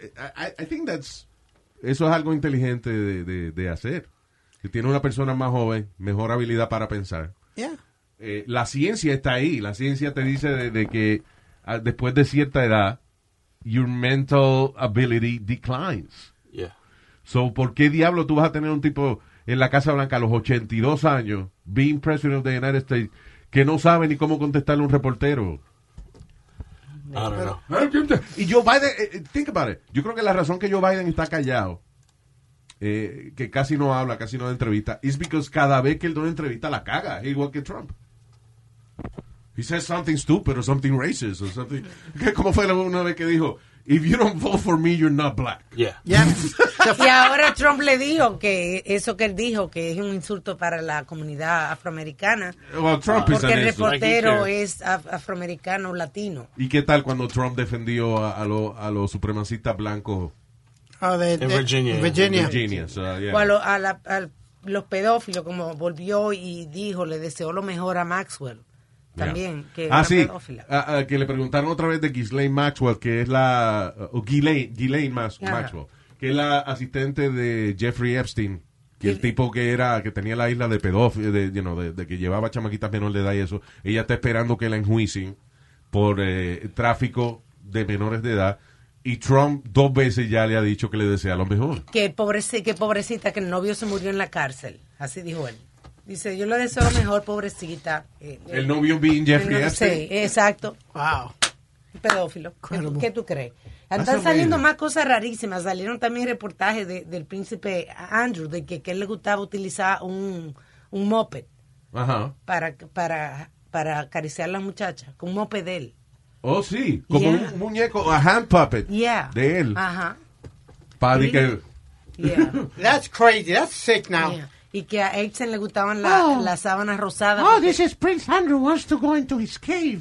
Speaker 2: eh, I, I think that's, eso es algo inteligente de, de- de hacer. Si tiene una persona más joven, mejor habilidad para pensar.
Speaker 7: Yeah.
Speaker 2: Eh, la ciencia está ahí. La ciencia te dice de, de que ah, después de cierta edad, your mental ability declines.
Speaker 4: Yeah.
Speaker 2: So, ¿por qué diablo tú vas a tener un tipo en la Casa Blanca a los 82 años, being president of the United States, que no sabe ni cómo contestarle a un reportero?
Speaker 4: I don't know.
Speaker 2: Y Joe Biden, eh, eh, think about it. Yo creo que la razón que Joe Biden está callado, eh, que casi no habla, casi no da entrevista, is because cada vez que él da una entrevista la caga, igual que Trump. He says something stupid or something racist or something. Que ¿Cómo fue la una vez que dijo, if you don't vote for me, you're not black?
Speaker 4: Yeah.
Speaker 3: Y ahora Trump le dijo que eso que él dijo, que es un insulto para la comunidad afroamericana.
Speaker 2: Well, Trump is
Speaker 3: porque
Speaker 2: an
Speaker 3: el
Speaker 2: asshole.
Speaker 3: reportero es af- afroamericano latino.
Speaker 2: ¿Y qué tal cuando Trump defendió a, a los a los supremacistas blancos
Speaker 7: Oh, they,
Speaker 2: en
Speaker 7: they- Virginia.
Speaker 2: Virginia, so, yeah.
Speaker 3: O a, lo- a la- a los pedófilos, como volvió y dijo, le deseó lo mejor a Maxwell. También,
Speaker 2: Yeah.
Speaker 3: que
Speaker 2: ah,
Speaker 3: era
Speaker 2: sí.
Speaker 3: pedófila.
Speaker 2: Ah, ah, que le preguntaron otra vez de Ghislaine Maxwell, que es la. O Ghislaine, Ghislaine Mas-
Speaker 3: Ajá.
Speaker 2: Maxwell, que es la asistente de Jeffrey Epstein, que el tipo que era que tenía la isla de pedófilos, de, you know, de- de que llevaba chamaquitas menor de edad y eso. Ella está esperando que la enjuicien por eh, tráfico de menores de edad. Y Trump dos veces ya le ha dicho que le desea lo mejor.
Speaker 3: que pobreci- que pobrecita, que el novio se murió en la cárcel. Así dijo él. Dice, yo le deseo lo mejor, pobrecita. Eh,
Speaker 2: El novio being Jeffrey
Speaker 3: el novio-
Speaker 2: Epstein.
Speaker 3: Sí, exacto.
Speaker 7: Wow.
Speaker 3: Pedófilo. ¿Qué, tú- qué tú crees? Están
Speaker 7: That's
Speaker 3: saliendo
Speaker 7: amazing.
Speaker 3: más cosas rarísimas. Salieron también reportajes de- del príncipe Andrew, de que, que él le gustaba utilizar un, un moped
Speaker 2: Ajá.
Speaker 3: para, para, para acariciar a la muchacha, con un mopedel.
Speaker 2: Oh, sí. Como
Speaker 3: Yeah.
Speaker 2: un muñeco, a hand puppet.
Speaker 3: Yeah. Ah.
Speaker 2: De él.
Speaker 3: Ajá.
Speaker 2: Para que...
Speaker 3: Yeah.
Speaker 7: That's crazy. That's sick now.
Speaker 3: Yeah. Y que a Edson le gustaban la-
Speaker 7: Oh.
Speaker 3: las sábanas rosadas.
Speaker 2: Ah,
Speaker 7: Oh,
Speaker 3: porque-
Speaker 7: this is Prince Andrew wants to go into his cave.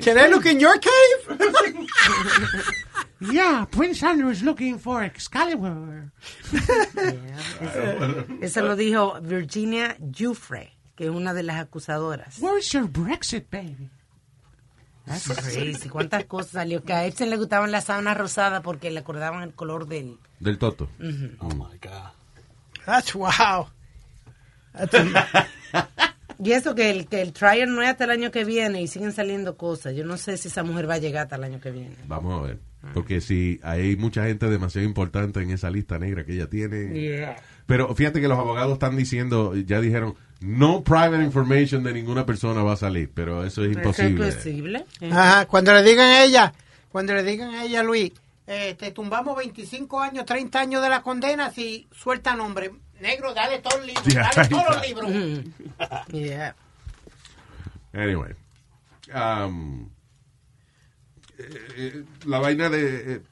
Speaker 7: Can I look in your cave? yeah, Prince Andrew is looking for Excalibur.
Speaker 3: Eso lo dijo Virginia Giuffre, que es una de las acusadoras. Ah,
Speaker 7: Where's your Brexit, baby?
Speaker 3: That's crazy. ¿Cuántas cosas salió? Que a Edson le gustaban las sábanas rosadas porque le acordaban el color del...
Speaker 2: Del toto.
Speaker 3: Oh,
Speaker 2: my God.
Speaker 7: That's wow.
Speaker 3: Y eso que el, que el trial no es hasta el año que viene y siguen saliendo cosas. Yo no sé si esa mujer va a llegar hasta el año que viene.
Speaker 2: Vamos a ver. Porque si hay mucha gente demasiado importante en esa lista negra que ella tiene.
Speaker 3: Yeah.
Speaker 2: Pero fíjate que los abogados están diciendo, ya dijeron, no private information de ninguna persona va a salir, pero eso es imposible.
Speaker 3: posible?
Speaker 7: Ajá, cuando le digan a ella, cuando le digan a ella, Luis, eh, te tumbamos 25 años, 30 años de la condena si suelta nombre. Negro, dale todos los libros,
Speaker 2: Yeah,
Speaker 7: dale todos los
Speaker 2: right.
Speaker 7: libros.
Speaker 3: Yeah.
Speaker 2: Anyway. Um, eh, eh, la vaina de... eh,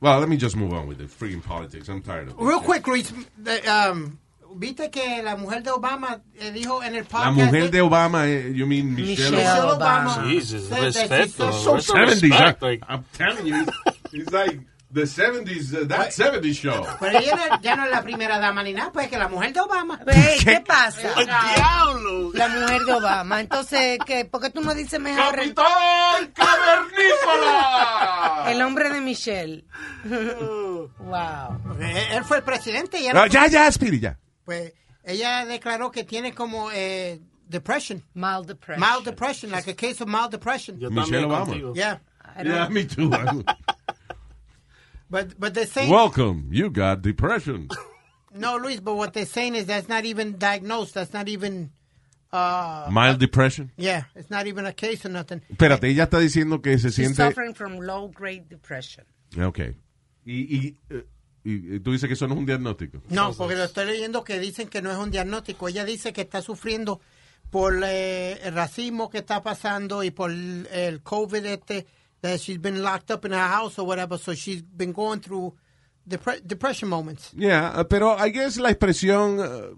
Speaker 2: well, let me just move on with the freaking politics. I'm tired of it.
Speaker 7: Real quick, Luis, the, um, viste que la mujer de Obama eh, dijo en el
Speaker 2: La
Speaker 7: podcast...
Speaker 2: mujer de Obama, eh, you mean Michelle,
Speaker 7: Michelle Obama.
Speaker 2: Obama.
Speaker 7: Jesus, Said that she's respeto, not
Speaker 2: So
Speaker 7: respeto,
Speaker 2: 70s.
Speaker 7: respect,
Speaker 2: I- I'm telling you, it's like the 70s, uh, that 70s show.
Speaker 7: Pero ella no- ya no es la primera dama ni nada, pues que la mujer de Obama.
Speaker 3: Ey, ¿Qué pasa?
Speaker 7: ¡El
Speaker 3: diablo! La mujer de Obama. Entonces, ¿qué? ¿por qué tú no dices mejor?
Speaker 6: ¡Capitán Cavernícola!
Speaker 3: El hombre de Michelle. wow.
Speaker 7: Eh, Él fue el presidente y ella...
Speaker 2: No, Ah, ya, ya, Speedy, ya.
Speaker 7: Pues ella declaró que tiene como eh, depression.
Speaker 3: Mild depression.
Speaker 7: Mild depression, like a case of mild depression.
Speaker 2: Yo Michelle también Obama. contigo.
Speaker 7: Yeah.
Speaker 2: Yeah, me too.
Speaker 7: But, but they're saying...
Speaker 2: Welcome. You got depression.
Speaker 7: No, Luis, but what they're saying is that's not even diagnosed. That's not even... Uh,
Speaker 2: Mild depression.
Speaker 7: yeah, it's not even a case or nothing.
Speaker 2: Espérate, ella está diciendo que se
Speaker 3: She's
Speaker 2: siente.
Speaker 3: suffering from low grade depression.
Speaker 2: Ah, Ok. Y, y, eh, y, eh, tú dices que eso no es un diagnóstico.
Speaker 7: No, porque lo estoy leyendo que dicen que no es un diagnóstico. Ella dice que está sufriendo por eh, el racismo que está pasando y por el, el COVID este, that she's been locked up in her house or whatever, so she's been going through depre- depression moments.
Speaker 2: Yeah, eh, pero I guess la expresión. eh,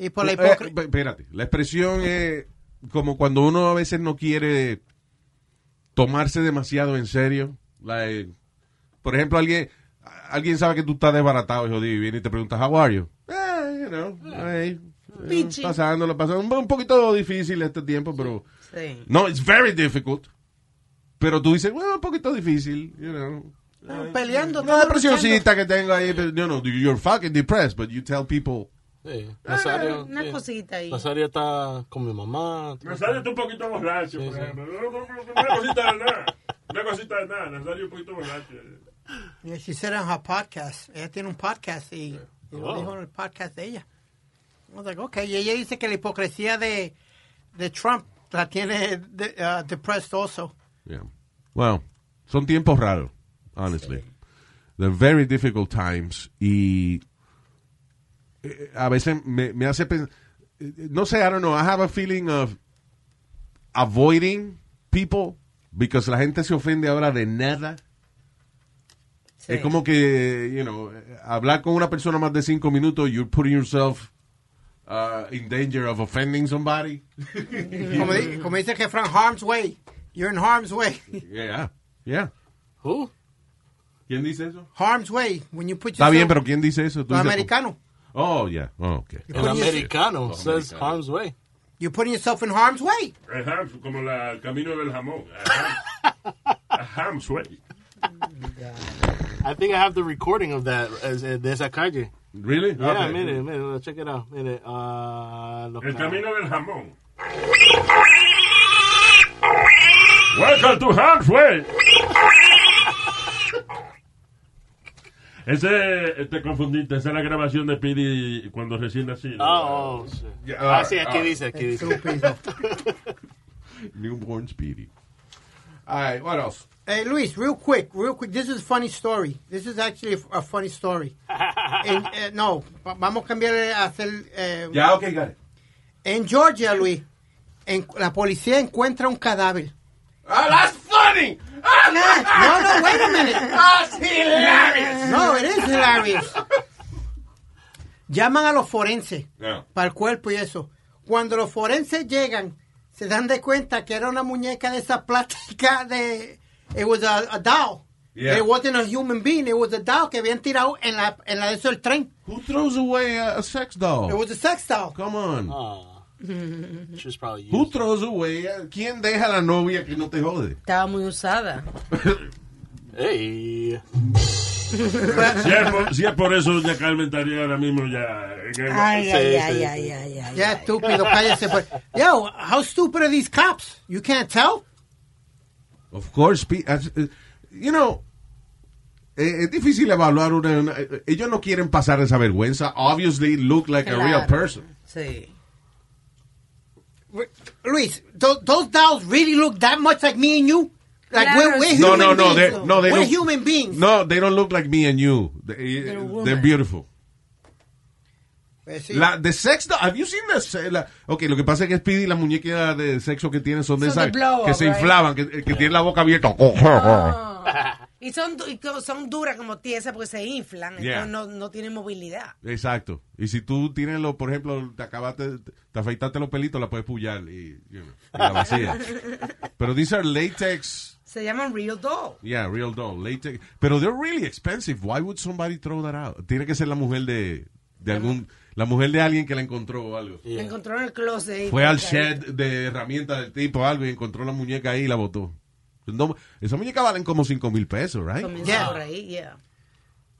Speaker 7: Y por la
Speaker 2: eh,
Speaker 7: hipocresía.
Speaker 2: pe- espérate, la expresión es como cuando uno a veces no quiere tomarse demasiado en serio. Like, por ejemplo, alguien alguien sabe que tú estás desbaratado y jodido y viene y te pregunta, ¿How are you? Eh, you know, ahí, eh,
Speaker 3: Pichi.
Speaker 2: pasándolo, pasando. Un, un poquito difícil este tiempo, pero.
Speaker 3: Sí.
Speaker 2: No, it's very difficult. Pero tú dices, bueno, un poquito difícil, you know.
Speaker 7: peleando.
Speaker 2: Una
Speaker 7: estamos
Speaker 2: depresioncita que tengo ahí, pero, you know, you're fucking depressed, but you tell people.
Speaker 4: Sí, Nazario.
Speaker 3: Una
Speaker 4: sí.
Speaker 3: cosita ahí.
Speaker 4: Nazario está con mi mamá.
Speaker 5: Nazario está un poquito borracho, por ejemplo. Una cosita de nada. Una cosita de nada. Nazario un poquito borracho.
Speaker 7: luchando. Yeah, she said on her podcast. Ella tiene un podcast y, y lo
Speaker 5: Oh.
Speaker 7: dijo en el podcast de ella. I was like, okay. Y ella dice que la hipocresía de, de Trump la tiene de- uh, depressed also.
Speaker 2: Yeah. Well, son tiempos raros, honestly. They're very difficult times y eh, a veces me, me hace pensar, no sé, I don't know, I have a feeling of avoiding people because la gente se ofende ahora de nada.
Speaker 3: Sí.
Speaker 2: Es como que, you know, hablar con una persona más de cinco minutos, you're putting yourself uh, in danger of offending somebody.
Speaker 7: Como, di- como dice que Frank Harm's Way. You're in Harm's Way.
Speaker 2: Yeah, yeah.
Speaker 4: Who?
Speaker 2: ¿Quién dice eso?
Speaker 7: Harm's Way. When you put
Speaker 2: Está
Speaker 7: yourself-
Speaker 2: bien, pero ¿quién dice eso? Tú
Speaker 7: Los
Speaker 2: dices-
Speaker 7: americanos.
Speaker 2: Oh, yeah. Oh, okay.
Speaker 4: El
Speaker 2: Oh,
Speaker 4: americano says
Speaker 5: americano.
Speaker 4: harm's way.
Speaker 7: You're putting yourself in harm's way.
Speaker 5: El ham, como la, el camino del jamón. A ham suey.
Speaker 4: I think I have the recording of that as, eh, de esa calle.
Speaker 2: Really?
Speaker 4: Yeah,
Speaker 5: Okay.
Speaker 4: mire, mire, check it out. Mire, ah, los
Speaker 5: El
Speaker 4: ca-
Speaker 5: camino del jamón. Welcome to Ham's Way. Ese, eh, te confundiste, esa es la grabación de Pidi cuando recién nacido.
Speaker 2: Ah.
Speaker 4: Oh, oh, shit.
Speaker 5: Yeah,
Speaker 4: ah,
Speaker 5: alright,
Speaker 4: sí, aquí
Speaker 5: alright.
Speaker 4: dice, aquí dice.
Speaker 2: Newborn Speedy. All right, what else?
Speaker 7: Hey, Luis, real quick, real quick. This is a funny story. This is actually a funny story. En- eh, no, va- vamos a cambiar a hacer. eh,
Speaker 2: Ya, ok, got it.
Speaker 7: En Georgia, Luis, en- la policía encuentra un cadáver.
Speaker 2: Ah, that's funny! Ah,
Speaker 7: No, no, wait a minute.
Speaker 8: That's hilarious.
Speaker 7: No, it is hilarious. Llaman a los forenses
Speaker 8: Yeah.
Speaker 7: para el cuerpo y eso. Cuando los forenses llegan, se dan de cuenta que era una muñeca de esa plástica de... It was a, a doll.
Speaker 2: Yeah.
Speaker 7: It wasn't a human being. It was a doll que habían tirado en la, en la de eso del tren.
Speaker 2: Who throws away a, a sex doll?
Speaker 7: It was a sex doll.
Speaker 2: Come on.
Speaker 5: Ah.
Speaker 4: She was probably used.
Speaker 2: Who throws away? a- ¿Quién deja a la novia que no te jode?
Speaker 3: Estaba muy usada.
Speaker 4: Hey.
Speaker 5: Si es, por, si es por eso, doña Carmen estaría ahora mismo ya.
Speaker 7: Ay, ay, ay, ay, ay, ay. Ya, estúpido, cállese. pues. Yo, how stupid are these cops? You can't tell?
Speaker 2: Of course, pe- as- eh, you know, eh, es difícil evaluar una, una- eh, Ellos no quieren pasar esa vergüenza. Obviously, look like a real
Speaker 7: Claro.
Speaker 2: person.
Speaker 3: Sí.
Speaker 7: Luis, tho- those dolls really look that much like me and you? Like, we're, we're
Speaker 2: No,
Speaker 7: human
Speaker 2: no, no,
Speaker 7: beings.
Speaker 2: they- no, they
Speaker 7: we're
Speaker 2: don't-
Speaker 7: human beings.
Speaker 2: No, they don't look like me and you. They,
Speaker 7: They're a
Speaker 2: they're,
Speaker 7: woman.
Speaker 2: beautiful.
Speaker 7: Pues sí.
Speaker 2: La de sexo, have you seen the se- la- Ok, lo que pasa es que Speedy y la muñeca de sexo que tienen son de
Speaker 3: Son de
Speaker 2: esas
Speaker 3: blow
Speaker 2: que
Speaker 3: up,
Speaker 2: se
Speaker 3: right?
Speaker 2: inflaban, que, que tienen la boca abierta. Oh,
Speaker 7: Ah.
Speaker 3: Y son, du- y co- son duras como tiesas porque se inflan.
Speaker 2: Yeah.
Speaker 3: entonces No, no tienen movilidad.
Speaker 2: Exacto. Y si tú tienes, lo, por ejemplo, te acabaste, te afeitaste los pelitos, la puedes pullar y, you know, y la vacía. Pero these are latex.
Speaker 3: Se llaman real doll.
Speaker 2: Yeah, real doll, latex. Pero they're really expensive. Why would somebody throw that out? Tiene que ser la mujer de, de algún, la mujer de alguien que la encontró o algo.
Speaker 3: La encontró en el closet. pues ahí,
Speaker 2: Fue al
Speaker 3: colgadita.
Speaker 2: shed de herramientas del tipo o algo y encontró la muñeca ahí y la botó. No, esa muñeca valen como 5 mil pesos, right?
Speaker 3: Comienza por ahí, yeah.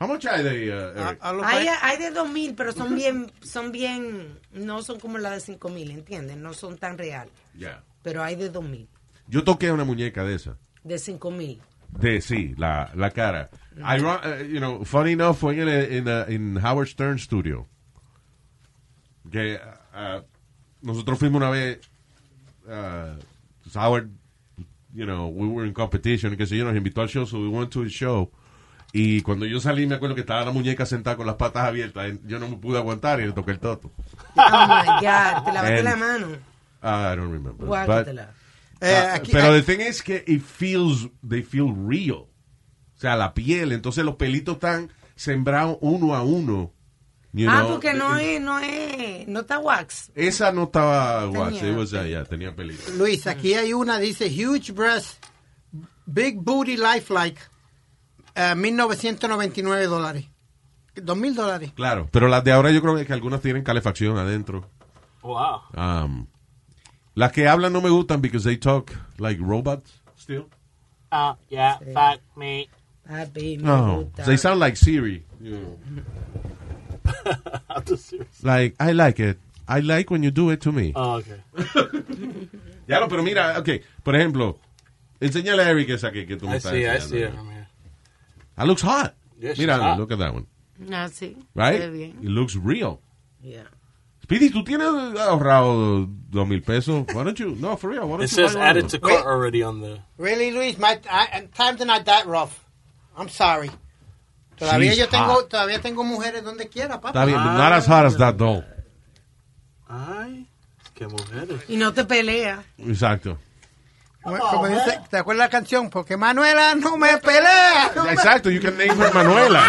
Speaker 2: How much are they, uh, Eric?
Speaker 3: Hay, hay de 2000, pero son bien, son bien, no son como las de 5000, ¿entiendes? No son tan reales,
Speaker 2: Yeah.
Speaker 3: pero hay de 2000,
Speaker 2: Yo toqué una muñeca de esa.
Speaker 3: de 5000.
Speaker 2: De, sí, la, la cara. Iron- eh, you know, funny enough, fue en, el- en, eh, en Howard Stern Studio. Que ah, nosotros fuimos una vez. ah, Howard, you know, we were in competition, que sé yo, nos invitó al show, so we went to his show. Y cuando yo salí, me acuerdo que estaba la muñeca sentada con las patas abiertas. y Yo no me pude aguantar y le toqué el toto.
Speaker 3: Oh my God, te lavaste
Speaker 2: And-
Speaker 3: la mano.
Speaker 2: Ah, I don't remember.
Speaker 3: Guácatela.
Speaker 2: but-
Speaker 3: Eh,
Speaker 2: Ah,
Speaker 3: aquí-
Speaker 2: pero
Speaker 3: aquí-
Speaker 2: the thing es que it feels, they feel real. O sea, la piel. Entonces los pelitos están sembrados uno a uno. you
Speaker 3: ah,
Speaker 2: know. Eh,
Speaker 3: porque no es, no es, no está wax.
Speaker 2: Esa no estaba guacha.
Speaker 7: Tenía.
Speaker 2: It was, uh, yeah, tenía pelitos.
Speaker 7: Luis, aquí hay una, dice Huge Breast, Big Booty Lifelike, eh, 1999 dólares. 2000 dólares.
Speaker 2: Claro. Pero las de ahora yo creo que algunas tienen calefacción adentro.
Speaker 4: Wow.
Speaker 2: Um, las que hablan no me gustan because they talk like robots. Still.
Speaker 4: Oh, yeah, fuck me.
Speaker 3: Papi, me
Speaker 2: No.
Speaker 3: gusta.
Speaker 2: They sound like Siri. Like, I like it. I like when you do it to me.
Speaker 4: Oh, okay.
Speaker 2: Ya lo, pero mira, ok, por ejemplo, enséñale a Eric esa que, que tú me
Speaker 4: I
Speaker 2: estás
Speaker 4: see, I
Speaker 2: enseñando.
Speaker 4: see it from here.
Speaker 2: That looks hot.
Speaker 4: Yeah, she's
Speaker 2: mira,
Speaker 4: hot.
Speaker 2: look at that one,
Speaker 3: Ah, sí.
Speaker 2: right?
Speaker 3: Se ve bien.
Speaker 2: It looks real.
Speaker 3: Yeah.
Speaker 2: Speedy, tú tienes ahorrado dos mil pesos. Why don't you? No, for real. Why don't
Speaker 4: It
Speaker 2: you
Speaker 4: says
Speaker 2: buy one?
Speaker 4: added to cart already on the.
Speaker 7: Really, Luis, my, I, times are not that rough. I'm sorry. Todavía
Speaker 2: She's
Speaker 7: yo tengo,
Speaker 2: hot.
Speaker 7: todavía tengo mujeres donde quiera, papá.
Speaker 2: Está bien,
Speaker 4: Ah.
Speaker 2: but not as hot as that doll.
Speaker 4: Ay, qué mujeres.
Speaker 3: Y no te pelea.
Speaker 2: Exacto.
Speaker 7: Como- como dice- ¿Te acuerdas la canción? Porque Manuela no me pelea. no me-
Speaker 2: Exacto, you can name her Manuela.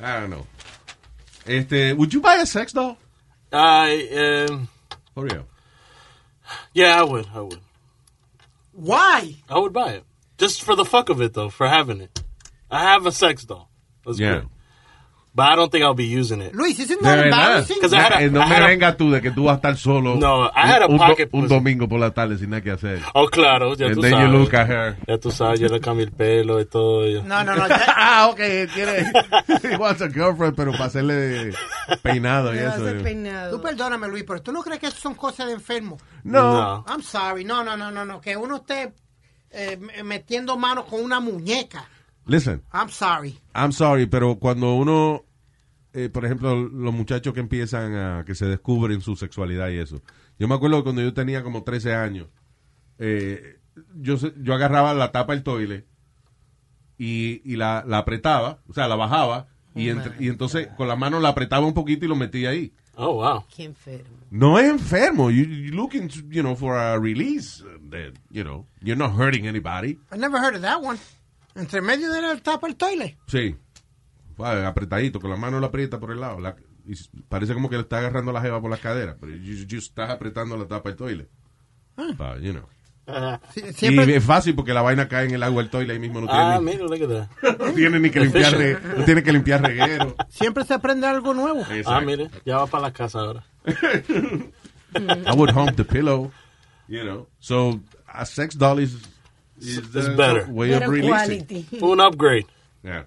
Speaker 2: I don't know. Este, would you buy a sex doll?
Speaker 4: I um.
Speaker 2: For real.
Speaker 4: Yeah, I would. I would.
Speaker 7: Why?
Speaker 4: I would buy it just for the fuck of it, though, for having it. I have a sex doll. That's
Speaker 2: Yeah.
Speaker 4: good. But I don't think I'll be using it.
Speaker 7: Luis, isn't
Speaker 2: De
Speaker 7: that
Speaker 2: verdad.
Speaker 7: embarrassing?
Speaker 4: Because I had a-
Speaker 2: Eh, no
Speaker 4: I
Speaker 2: me
Speaker 4: had a-
Speaker 2: vengas tú de que tú vas a estar solo
Speaker 4: No, I
Speaker 2: un,
Speaker 4: had a
Speaker 2: un do-
Speaker 4: pocket
Speaker 2: un
Speaker 4: pussy.
Speaker 2: domingo por la tarde sin nada que hacer.
Speaker 4: Oh, claro, ya
Speaker 2: And
Speaker 4: tú
Speaker 2: then
Speaker 4: sabes.
Speaker 2: you look at her.
Speaker 4: Ya tú sabes, yo le cambié el pelo y todo. yo-
Speaker 7: No, no, no. ya-
Speaker 2: ah, ok, tiene. He wants a girlfriend, pero para hacerle peinado y
Speaker 3: Me vas a hacer
Speaker 2: eso.
Speaker 3: peinado.
Speaker 7: Tú perdóname, Luis, pero tú no crees que eso son cosas de enfermo.
Speaker 2: No.
Speaker 7: I'm sorry. No, no, no, no, no. Que uno esté eh, me- metiendo manos con una muñeca.
Speaker 2: Listen,
Speaker 7: I'm sorry.
Speaker 2: I'm sorry, pero cuando uno eh, por ejemplo, los muchachos que empiezan a, que se descubren su sexualidad y eso. Yo me acuerdo cuando yo tenía como 13 años, eh, yo, se- yo agarraba la tapa del toile y, y la, la apretaba, o sea, la bajaba, y, entre- y entonces con la mano la apretaba un poquito y lo metía ahí.
Speaker 4: Oh, wow.
Speaker 3: Qué enfermo.
Speaker 2: No es enfermo. You, you're looking, to, you know, for a release. eh, That, you know, you're not hurting anybody.
Speaker 7: I never heard of that one. Entre medio de la tapa el toile.
Speaker 2: Sí. Fue apretadito, con la mano la aprieta por el lado. La- y s- parece como que le está agarrando la jeva por las caderas. Pero you, you estás apretando la tapa del toile.
Speaker 7: Ah.
Speaker 2: Pa- you know.
Speaker 7: Sie-
Speaker 2: Y
Speaker 7: siempre-
Speaker 2: es fácil porque la vaina cae en el agua del toile ahí mismo. No tiene,
Speaker 4: Ah,
Speaker 2: ni,
Speaker 4: mira, look at
Speaker 2: no tiene ni que limpiar, re- no tiene que limpiar reguero.
Speaker 7: siempre se aprende algo nuevo. Uh,
Speaker 4: Ah, mire, ya va para la casa ahora.
Speaker 2: I would hump the pillow, you know. So, a sex doll is, is
Speaker 4: It's
Speaker 2: the
Speaker 4: better.
Speaker 2: way of releasing.
Speaker 4: Un upgrade.
Speaker 2: Yeah.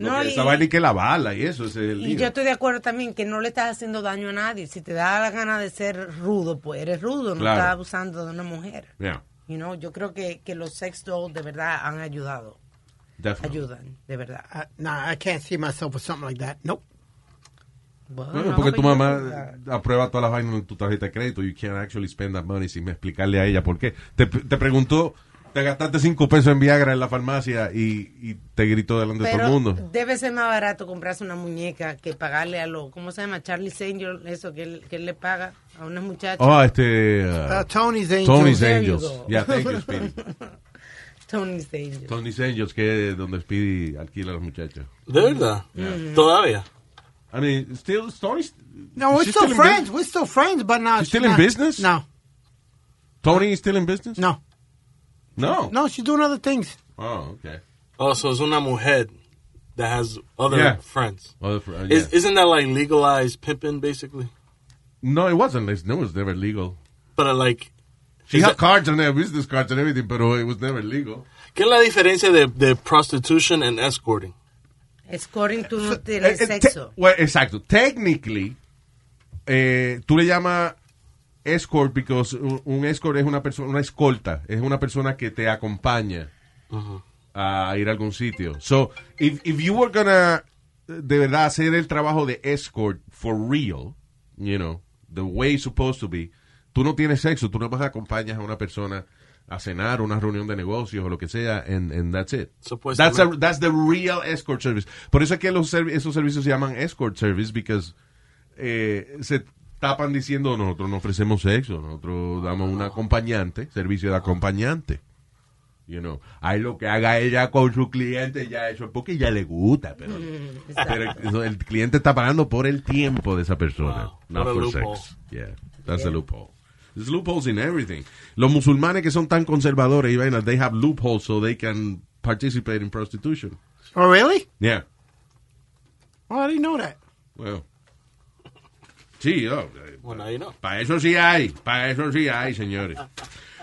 Speaker 3: No,
Speaker 2: Porque
Speaker 3: y-
Speaker 2: esa vaina hay que lavarla y eso. Ese es el
Speaker 3: Y
Speaker 2: lío.
Speaker 3: yo estoy de acuerdo también que no le estás haciendo daño a nadie. Si te da la gana de ser rudo, pues eres rudo, no
Speaker 2: Claro.
Speaker 3: estás abusando de una mujer.
Speaker 2: Yeah,
Speaker 3: You know, yo creo que, que los sex dolls de verdad han ayudado.
Speaker 2: definitely.
Speaker 3: Ayudan, de verdad.
Speaker 7: Uh, nah, I can't see myself with something like that. Nope.
Speaker 2: Bueno, porque tu mamá aprueba todas las vainas en tu tarjeta de crédito. You can't actually spend that money sin explicarle a ella por qué. Te, te preguntó, te gastaste cinco pesos en Viagra en la farmacia y, y te gritó delante de todo el
Speaker 3: Pero
Speaker 2: mundo.
Speaker 3: debe ser más barato comprarse una muñeca que pagarle a lo, ¿cómo se llama? Charlie Angel, eso que él, que él le paga a una muchacha.
Speaker 2: Oh, este. uh,
Speaker 7: Uh, Tony's Angels.
Speaker 2: Tony's
Speaker 7: There you
Speaker 2: Angels.
Speaker 7: go.
Speaker 2: Yeah, thank you, Speedy.
Speaker 3: Tony's Angel.
Speaker 2: Tony's Angels, que es donde Speedy alquila a las muchachas.
Speaker 4: ¿De verdad? Todavía.
Speaker 2: I mean, still, Tony's.
Speaker 7: No, we're
Speaker 2: she's
Speaker 7: still
Speaker 2: in
Speaker 7: friends. We're still friends, but now
Speaker 2: She's still in business?
Speaker 7: No,
Speaker 2: bus- Tony is still in business?
Speaker 7: no,
Speaker 2: No.
Speaker 7: no. She's doing other things.
Speaker 2: Oh, okay.
Speaker 4: Oh, so es una mujer that has other
Speaker 2: Yeah.
Speaker 4: friends.
Speaker 2: Other fr- uh,
Speaker 4: Is,
Speaker 2: yeah.
Speaker 4: isn't that like legalized pimping, basically?
Speaker 2: No, it wasn't. It was never legal.
Speaker 4: But uh, like,
Speaker 2: She
Speaker 4: Is
Speaker 2: had
Speaker 4: that-
Speaker 2: cards on her business cards and everything, but oh, it was never legal.
Speaker 4: ¿qué es la diferencia de, de prostitution and escorting?
Speaker 3: Scoring, tú no tienes
Speaker 2: Eh, eh, te-
Speaker 3: sexo.
Speaker 2: well, exacto. Technically, eh, tú le llamas escort because un, un escort es una persona, una escolta, es una persona que te acompaña a ir a algún sitio. So, if, if you were gonna eh, de verdad hacer el trabajo de escort for real, you know, the way it's supposed to be, tú no tienes sexo, tú nada más acompañas a una persona a cenar, una reunión de negocios o lo que sea, and, and that's it.
Speaker 4: Supuestamente.
Speaker 2: That's, a, that's the real escort service. Por eso es que los servi- esos servicios se llaman escort service, because eh, se tapan diciendo nosotros no ofrecemos sexo, nosotros damos un acompañante, servicio de acompañante. You know, ahí lo que haga ella con su cliente, ya eso es porque ya le gusta, pero, pero eso, el cliente está pagando por el tiempo de esa persona,
Speaker 4: Wow.
Speaker 2: no
Speaker 4: What a
Speaker 2: por
Speaker 4: loophole.
Speaker 2: sex. Yeah, that's a loophole. There's loopholes in everything. Los musulmanes que son tan conservadores y vainas, they have loopholes so they can participate in prostitution.
Speaker 7: Oh, really?
Speaker 2: Yeah.
Speaker 7: Oh, I didn't know that.
Speaker 2: Well. Sí, oh, eh,
Speaker 4: Well, now you know.
Speaker 2: Para eso sí hay, para eso sí hay, señores.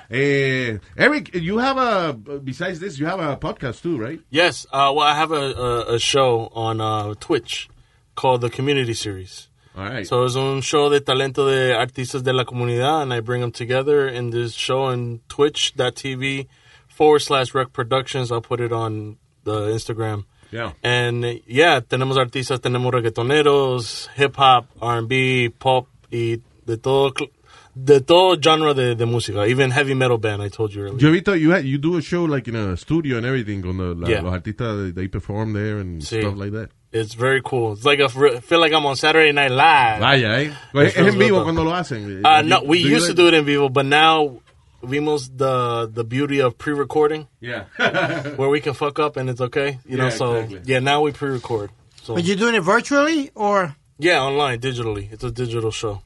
Speaker 2: Eh, Eric, you have a, besides this, you have a podcast too, right?
Speaker 4: Yes. Uh, well, I have a, a, a show on uh, Twitch called The Community Series.
Speaker 2: All right.
Speaker 4: So it's un show de talento de artistas de la comunidad, and I bring them together in this show on twitch.tv forward slash rec productions. I'll put it on the Instagram.
Speaker 2: Yeah.
Speaker 4: And yeah, tenemos artistas, tenemos reggaetoneros, hip hop, R&B, pop, y de todo, cl- de todo genre de, de música, even heavy metal band, I told you earlier.
Speaker 2: Yo he visto, you, ha- you do a show like in a studio and everything, con the- la-
Speaker 4: Yeah.
Speaker 2: los artistas, they perform there and
Speaker 4: Sí.
Speaker 2: stuff like that.
Speaker 4: It's very cool. It's like I feel like I'm on Saturday Night Live.
Speaker 2: Vaya, eh.
Speaker 4: It
Speaker 2: Es
Speaker 4: feels
Speaker 2: en vivo
Speaker 4: good,
Speaker 2: cuando
Speaker 4: though.
Speaker 2: lo hacen.
Speaker 4: Uh, no, we
Speaker 2: you
Speaker 4: used to
Speaker 2: like-
Speaker 4: do it in vivo, but now vimos the the beauty of pre-recording,
Speaker 2: Yeah.
Speaker 4: where we can fuck up and it's okay, you know.
Speaker 2: Yeah,
Speaker 4: So
Speaker 2: exactly.
Speaker 4: yeah, now we pre-record. So
Speaker 7: But you're doing it virtually, or
Speaker 4: yeah, online, digitally. It's a digital show.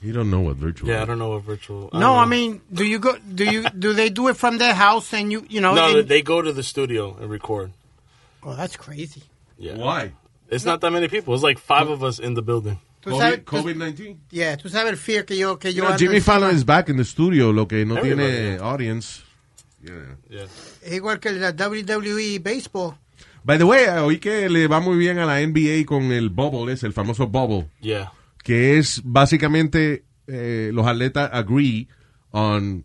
Speaker 2: You don't know what virtual
Speaker 4: Yeah, I
Speaker 2: is.
Speaker 4: don't know what virtual.
Speaker 7: no?
Speaker 4: don't
Speaker 7: I
Speaker 4: know.
Speaker 7: mean, do you go? Do you do they do it from their house and you you know?
Speaker 4: no,
Speaker 7: and-
Speaker 4: they go to the studio and record.
Speaker 7: oh, that's crazy.
Speaker 4: Yeah,
Speaker 2: Why?
Speaker 4: it's not that many people. It's like five of us in the building.
Speaker 7: Tú Pues, sabes- Pues,
Speaker 2: COVID-
Speaker 7: tú-
Speaker 2: COVID-19?
Speaker 7: yeah, tú sabes el fear que yo que yo.
Speaker 2: You know,
Speaker 7: ando
Speaker 2: Jimmy
Speaker 7: encima.
Speaker 2: Fallon is back in the studio, lo que no
Speaker 4: Everybody,
Speaker 2: tiene audience. Yeah.
Speaker 4: Yeah.
Speaker 7: Es igual que la WWE baseball.
Speaker 2: By the way, oí que le va muy bien a la NBA con el bubble, es el famoso bubble,
Speaker 4: Yeah.
Speaker 2: que es básicamente eh, los atletas agree on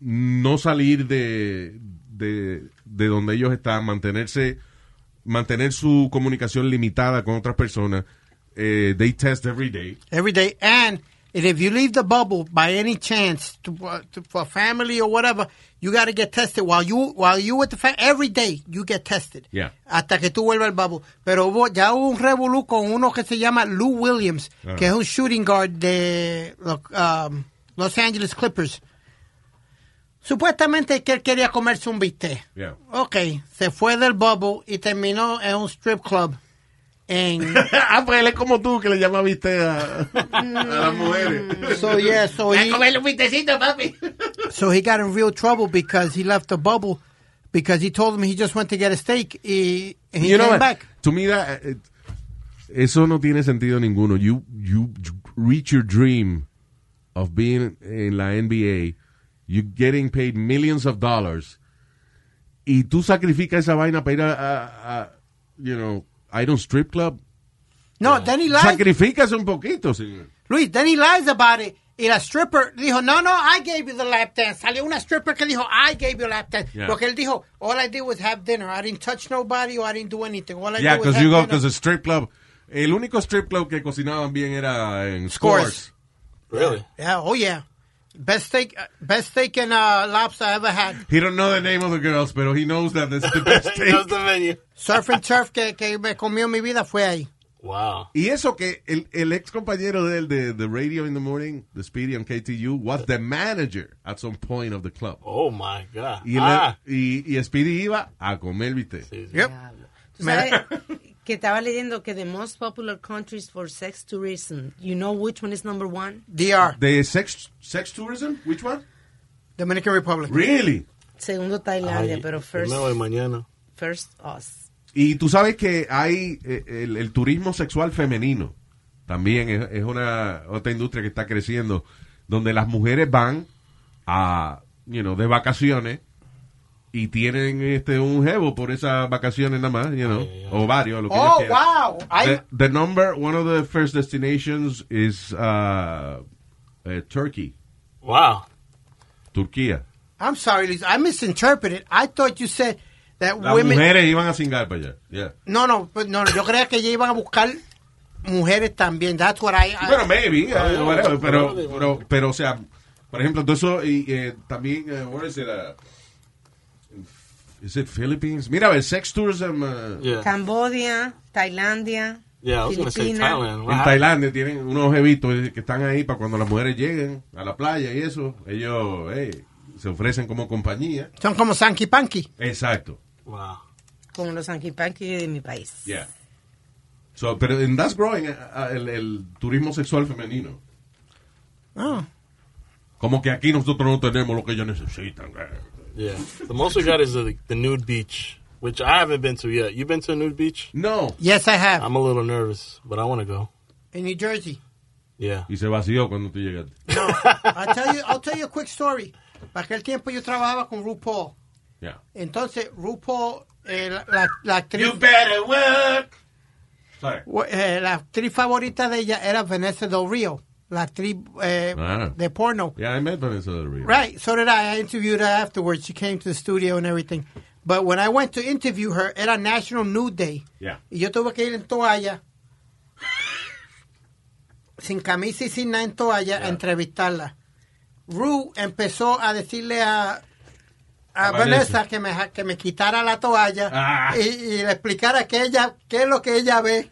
Speaker 2: no salir de, de, de donde ellos están, mantenerse mantener su comunicación limitada con otras personas, eh, they test every day.
Speaker 7: every day. And if you leave the bubble by any chance to, to, for family or whatever, you got to get tested while you while you with the fa- every day you get tested.
Speaker 2: Yeah.
Speaker 7: Hasta que tú vuelvas al bubble. Pero hubo, ya hubo un revolú con uno que se llama Lou Williams,
Speaker 2: Ah.
Speaker 7: que es un shooting guard de los, um, Los Angeles Clippers. Supuestamente que él quería comerse un bistec.
Speaker 2: Yeah.
Speaker 7: Ok, se fue del bubble y terminó en un strip club. En...
Speaker 2: ah, pues él es como tú que le llama viste a,
Speaker 7: las mujeres. So, yeah, so he,
Speaker 13: un vistecito, papi.
Speaker 7: so he got in real trouble because he left the bubble because he told him he just went to get a steak y, and he
Speaker 2: You know
Speaker 7: came
Speaker 2: what?
Speaker 7: back.
Speaker 2: To me, that, eh, eso no tiene sentido ninguno. You, you reach your dream of being en la NBA. You getting paid millions of dollars. Y tú sacrificas esa vaina para ir a, a- a, you know, I don't strip club.
Speaker 7: No, then he lied.
Speaker 2: Sacrificas un poquito, señor.
Speaker 7: Luis, then he lies about it. Y la stripper dijo, no, no, I gave you the lap dance. Salió una stripper que dijo, I gave you a lap dance.
Speaker 2: Yeah.
Speaker 7: Porque él dijo, all I did was have dinner. I didn't touch nobody or I didn't do anything. All I
Speaker 2: Yeah,
Speaker 7: did was
Speaker 2: because
Speaker 7: have
Speaker 2: you go,
Speaker 7: dinner.
Speaker 2: because the strip club, el único strip club que cocinaban bien era en
Speaker 7: Scores.
Speaker 2: Scores.
Speaker 4: Really?
Speaker 7: Yeah, oh yeah. Best steak, uh, best steak and uh, lobster I ever had.
Speaker 2: He don't know the name of the girls, pero he knows that this is the best thing.
Speaker 7: Surf and turf que, que me comió en mi vida fue ahí.
Speaker 4: Wow.
Speaker 2: Y eso que el, el ex compañero de él de The Radio in the Morning, the Speedy on KTU, was the manager at some point of the club.
Speaker 4: Oh my God.
Speaker 2: Y, él-
Speaker 4: ah,
Speaker 2: y, y Speedy iba a comer, viste.
Speaker 3: Tú sabes que estaba leyendo que the most popular countries for sex tourism, you know which one is number one?
Speaker 7: DR.
Speaker 2: The sex, sex tourism? Which one?
Speaker 7: Dominican Republic.
Speaker 2: Really?
Speaker 3: Segundo Tailandia,
Speaker 2: Ay,
Speaker 3: pero first,
Speaker 2: primero de mañana.
Speaker 3: first us.
Speaker 2: Y tú sabes que hay eh, el, el turismo sexual femenino. También es, es una otra industria que está creciendo, donde las mujeres van a, you know, de vacaciones y tienen este un jevo por esas vacaciones nada más, you know, o varios, lo que ellas
Speaker 7: Oh,
Speaker 2: quieran.
Speaker 7: wow. I,
Speaker 2: The, the number, one of the first destinations is uh, uh, Turkey,
Speaker 4: wow.
Speaker 2: Turquía.
Speaker 7: I'm sorry, Lisa. I misinterpreted. I thought you said that
Speaker 2: Las
Speaker 7: women...
Speaker 2: mujeres iban a cingar para allá. yeah.
Speaker 7: No, no, but no, no, yo creía que ellos iban a buscar mujeres también. That's what I... I-
Speaker 2: Bueno, maybe, uh, whatever, pero, pero, pero, o sea, por ejemplo, todo eso, y eh, también, eh, what is it, uh, is it Philippines? Mira, el sex tourism, uh,
Speaker 3: Cambodia, Tailandia,
Speaker 2: Yeah, I was gonna say
Speaker 3: Filipinas.
Speaker 2: en Tailandia tienen unos jevitos eh, que están ahí para cuando las mujeres lleguen a la playa y eso, ellos eh, se ofrecen como compañía.
Speaker 7: Son como Sanky Panky.
Speaker 2: Exacto,
Speaker 3: Como los anquipanqui de mi país.
Speaker 2: yeah. So, pero en that's growing eh, eh, el, el turismo sexual femenino. Ah.
Speaker 7: Oh.
Speaker 2: Como que aquí nosotros no tenemos lo que ellos necesitan. eh.
Speaker 4: Yeah. The most we got is the, the nude beach, which I haven't been to yet. You been to a nude beach?
Speaker 2: No.
Speaker 7: Yes, I have.
Speaker 4: I'm a little nervous, but I want to go.
Speaker 7: In New Jersey.
Speaker 4: Yeah.
Speaker 2: Y se vació cuando tú llegaste.
Speaker 7: I'll tell you, I'll tell you a quick story. Para aquel tiempo yo trabajaba con RuPaul.
Speaker 2: Yeah.
Speaker 7: Entonces, RuPaul, eh, la- la, la actriz...
Speaker 2: Sorry.
Speaker 7: Wa- eh, la actriz favorita de ella era Vanessa Del Rio, la actriz eh,
Speaker 2: Ah.
Speaker 7: de porno.
Speaker 2: Yeah, I met Vanessa Del Rio.
Speaker 7: Right, so did I. I interviewed her afterwards. She came to the studio and everything. But when I went to interview her, era National Nude Day.
Speaker 2: Yeah.
Speaker 7: Y yo tuve que ir en toalla, sin camisa y sin nada en toalla, a entrevistarla. Rue empezó a decirle a, a,
Speaker 2: A
Speaker 7: Vanessa,
Speaker 2: Vanessa.
Speaker 7: que, me, ja- que me quitara la toalla
Speaker 2: Ah. Ah.
Speaker 7: y, y le explicara que ella, qué es lo que ella ve.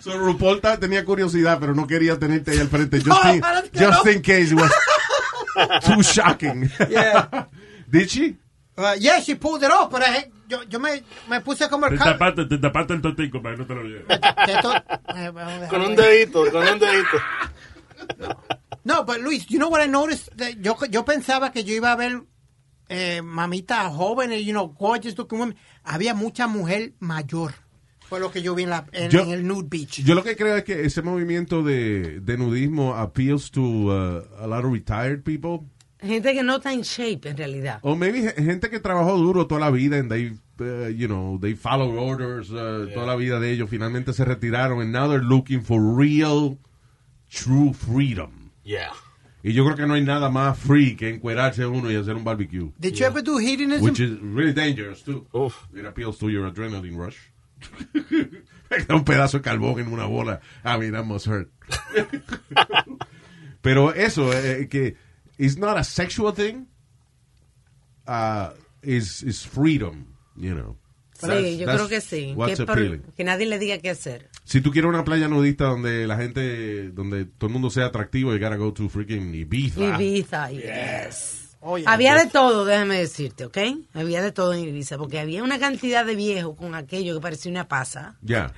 Speaker 2: So RuPaul ta- tenía curiosidad, pero no quería tenerte ahí al frente. Just,
Speaker 7: No,
Speaker 2: in,
Speaker 7: claro que
Speaker 2: just
Speaker 7: no.
Speaker 2: in case it was too shocking.
Speaker 7: Yeah.
Speaker 2: Did she?
Speaker 7: Uh, yeah, she pulled it off, pero eh, yo, yo me, me puse como el
Speaker 5: Te
Speaker 7: cal-
Speaker 5: tapaste, te tapaste el totico para que no te lo lleves.
Speaker 7: que esto- eh, vamos a dejarlo
Speaker 4: Con un
Speaker 7: ahí.
Speaker 4: dedito, con un dedito.
Speaker 7: No, but Luis, you know what I noticed? That yo, yo pensaba que yo iba a ver eh, mamitas jóvenes, you know, gorgeous looking women. Había mucha mujer mayor. Fue lo que yo vi en, la, en,
Speaker 2: Yo-
Speaker 7: en el nude beach.
Speaker 2: Yo lo que creo es que ese movimiento de, de nudismo appeals to uh, a lot of retired people.
Speaker 3: Gente que no está en shape, en realidad.
Speaker 2: O maybe ge- gente que trabajó duro toda la vida and they, uh, you know, they follow orders uh, toda la vida de ellos. Finalmente se retiraron and now they're looking for real, true freedom.
Speaker 4: Yeah.
Speaker 2: Y yo creo que no hay nada más free que encuerarse uno y hacer un barbecue.
Speaker 7: Did you ever do hedonism?
Speaker 2: Which is really dangerous, too. It appeals to your adrenaline rush. un pedazo de carbón en una bola. I mean, that must hurt. Pero eso, eh, que it's not a sexual thing, uh, is, is freedom, you know.
Speaker 3: Sí,
Speaker 2: That's-
Speaker 3: yo
Speaker 2: that's
Speaker 3: creo que sí.
Speaker 2: what's
Speaker 3: Que, por-
Speaker 2: appealing.
Speaker 3: que nadie le diga qué hacer.
Speaker 2: Si tú quieres una playa nudista donde la gente, donde todo el mundo sea atractivo, you gotta go to freaking Ibiza.
Speaker 3: Ibiza, yes. había de todo, déjame decirte, ¿ok? Había de todo en Ibiza, porque había una cantidad de viejos con aquello que parecía una pasa.
Speaker 2: Ya.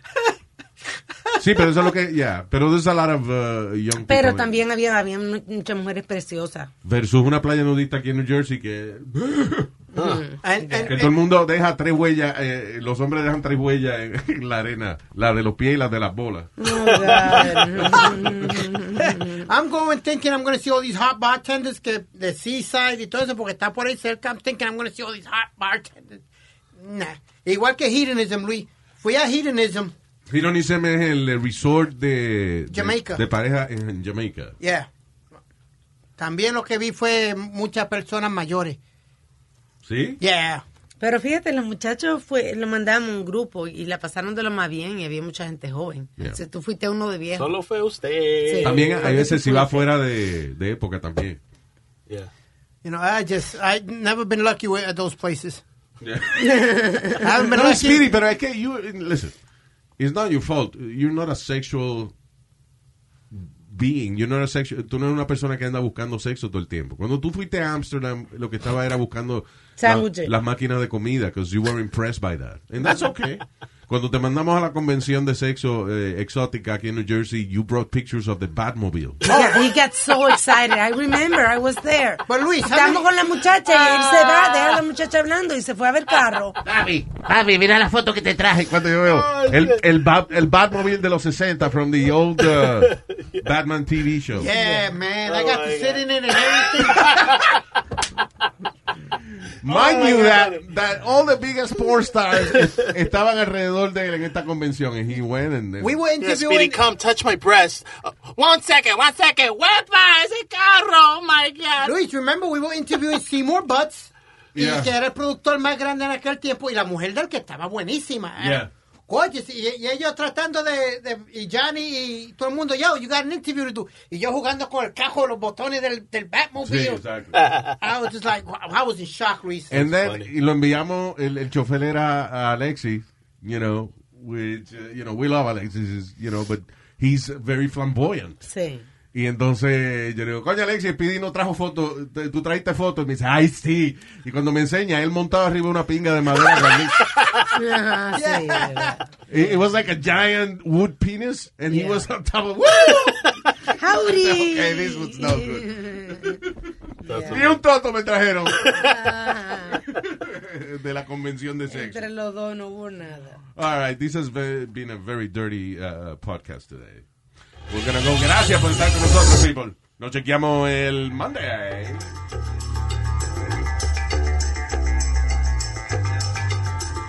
Speaker 2: Sí, pero eso es lo que, yeah. Pero there's a lot of uh, young
Speaker 3: Pero
Speaker 2: people.
Speaker 3: también había, había mu- muchas mujeres preciosas.
Speaker 2: Versus una playa nudista aquí en New Jersey que,
Speaker 3: Mm.
Speaker 2: que todo el mundo deja tres huellas, eh, los hombres dejan tres huellas en, en la arena, la de los pies y la de las bolas.
Speaker 7: I'm going thinking I'm going to see all these hot bartenders que de Seaside y todo eso porque está por ahí cerca. I'm thinking I'm going to see all these hot bartenders. Nah. Igual que hedonism, Luis. Fui a hedonism.
Speaker 2: Hironism es el resort de, de-
Speaker 7: Jamaica.
Speaker 2: de pareja en, en Jamaica.
Speaker 7: Yeah. También lo que vi fue muchas personas mayores.
Speaker 2: ¿Sí?
Speaker 7: Yeah.
Speaker 3: Pero fíjate, los muchachos fue, lo mandaban a un grupo y la pasaron de lo más bien y había mucha gente joven.
Speaker 2: Yeah.
Speaker 3: O sea, tú fuiste uno de viejo.
Speaker 4: Solo fue usted.
Speaker 3: Sí.
Speaker 2: También hay veces si va fuera de, de época también.
Speaker 7: You know, I just, I never been lucky with, at those places.
Speaker 2: Yeah.
Speaker 7: I haven't been
Speaker 2: No,
Speaker 7: lucky.
Speaker 2: Speedy, pero es que you listen. It's not your fault. You're not a sexual being. You're not a sexual. Tú no eres una persona que anda buscando sexo todo el tiempo. Cuando tú fuiste a Amsterdam, lo que estaba era buscando la-
Speaker 3: Sándwiches.
Speaker 2: las máquinas de comida, because you were impressed by that, and that's okay. Cuando te mandamos a la convención de sexo eh, exótica aquí en New Jersey, you brought pictures of the Batmobile.
Speaker 3: He got- he got so excited. I remember, I was there.
Speaker 7: Luis,
Speaker 3: Estamos con la muchacha y él se
Speaker 2: Ah.
Speaker 3: va, deja a la muchacha hablando y se fue a ver carro.
Speaker 2: Papi, papi, mira la foto que te traje. Cuando yo veo el, el, Bat- el Batmobile de los 60 from the old uh, Batman TV show.
Speaker 7: Yeah, man.
Speaker 2: Oh
Speaker 7: I got to sit in it and everything.
Speaker 2: Mind
Speaker 7: Oh, my
Speaker 2: you
Speaker 7: God.
Speaker 2: that, that all the biggest porn stars estaban alrededor de él en esta convención. And he went and
Speaker 7: We were interviewing.
Speaker 4: Speedy, come touch my breast. Uh, one second, one second. Huepa, ese carro, oh my God.
Speaker 7: Luis, remember we were interviewing Seymour Butts, y
Speaker 2: Yeah.
Speaker 7: que era el productor más grande en aquel tiempo, y la mujer del que estaba buenísima.
Speaker 2: Yeah.
Speaker 7: Oye, y, y ellos tratando de, de- y Johnny y todo el mundo, yo, you got an interview to do. Y yo jugando con el cajo, los botones del, del Batmobile.
Speaker 2: Sí, exacto.
Speaker 7: Ah. I was just like, wow, I was in shock, Luis.
Speaker 2: And then, y lo enviamos, el, el chofer era a Alexis, you know, which, uh, you know, we love Alexis, you know, but he's very flamboyant.
Speaker 3: Sí.
Speaker 2: Y entonces yo le digo, coño Alexis, Pidi no trajo foto, te- tú trajiste foto. Y me dice, ay, sí. Y cuando me enseña, él montado arriba de una pinga de madera. grandísima.
Speaker 3: Ajá, sí, de verdad.
Speaker 2: it, it was like a giant wood penis, and he was on top of
Speaker 3: Howdy.
Speaker 2: Okay, this was no good. Ni un toto me trajeron de la convención de sexo.
Speaker 3: Entre los dos no hubo nada.
Speaker 2: All right, this has ve- been a very dirty uh, podcast today. We're gonna go. Gracias por estar con nosotros, people. Nos chequeamos el Monday.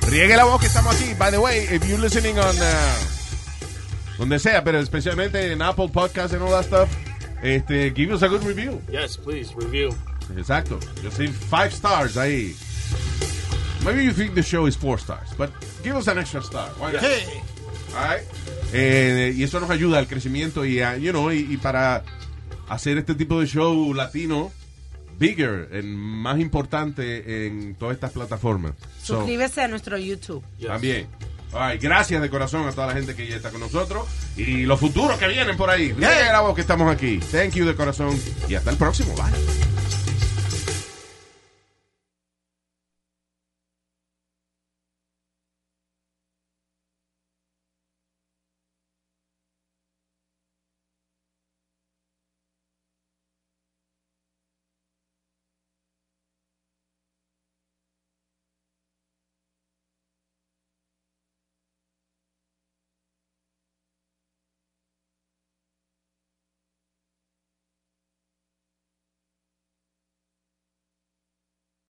Speaker 2: Riegue la voz que estamos aquí. By the way, if you're listening on uh, donde sea, pero especialmente en Apple Podcasts and all that stuff, este, give us a good review.
Speaker 4: Yes, please, review.
Speaker 2: Exacto. Yo soy five stars ahí. Maybe you think the show is four stars, but give us an extra star. Why not?
Speaker 7: Hey.
Speaker 2: All right. Eh, y eso nos ayuda al crecimiento y, a, you know, y, y para hacer este tipo de show latino bigger, en, más importante en todas estas plataformas. So,
Speaker 3: Suscríbese a nuestro YouTube.
Speaker 2: También. All right, gracias de corazón a toda la gente que ya está con nosotros y los futuros que vienen por ahí. Mira la voz que estamos aquí. Thank you de corazón y hasta el próximo. Bye.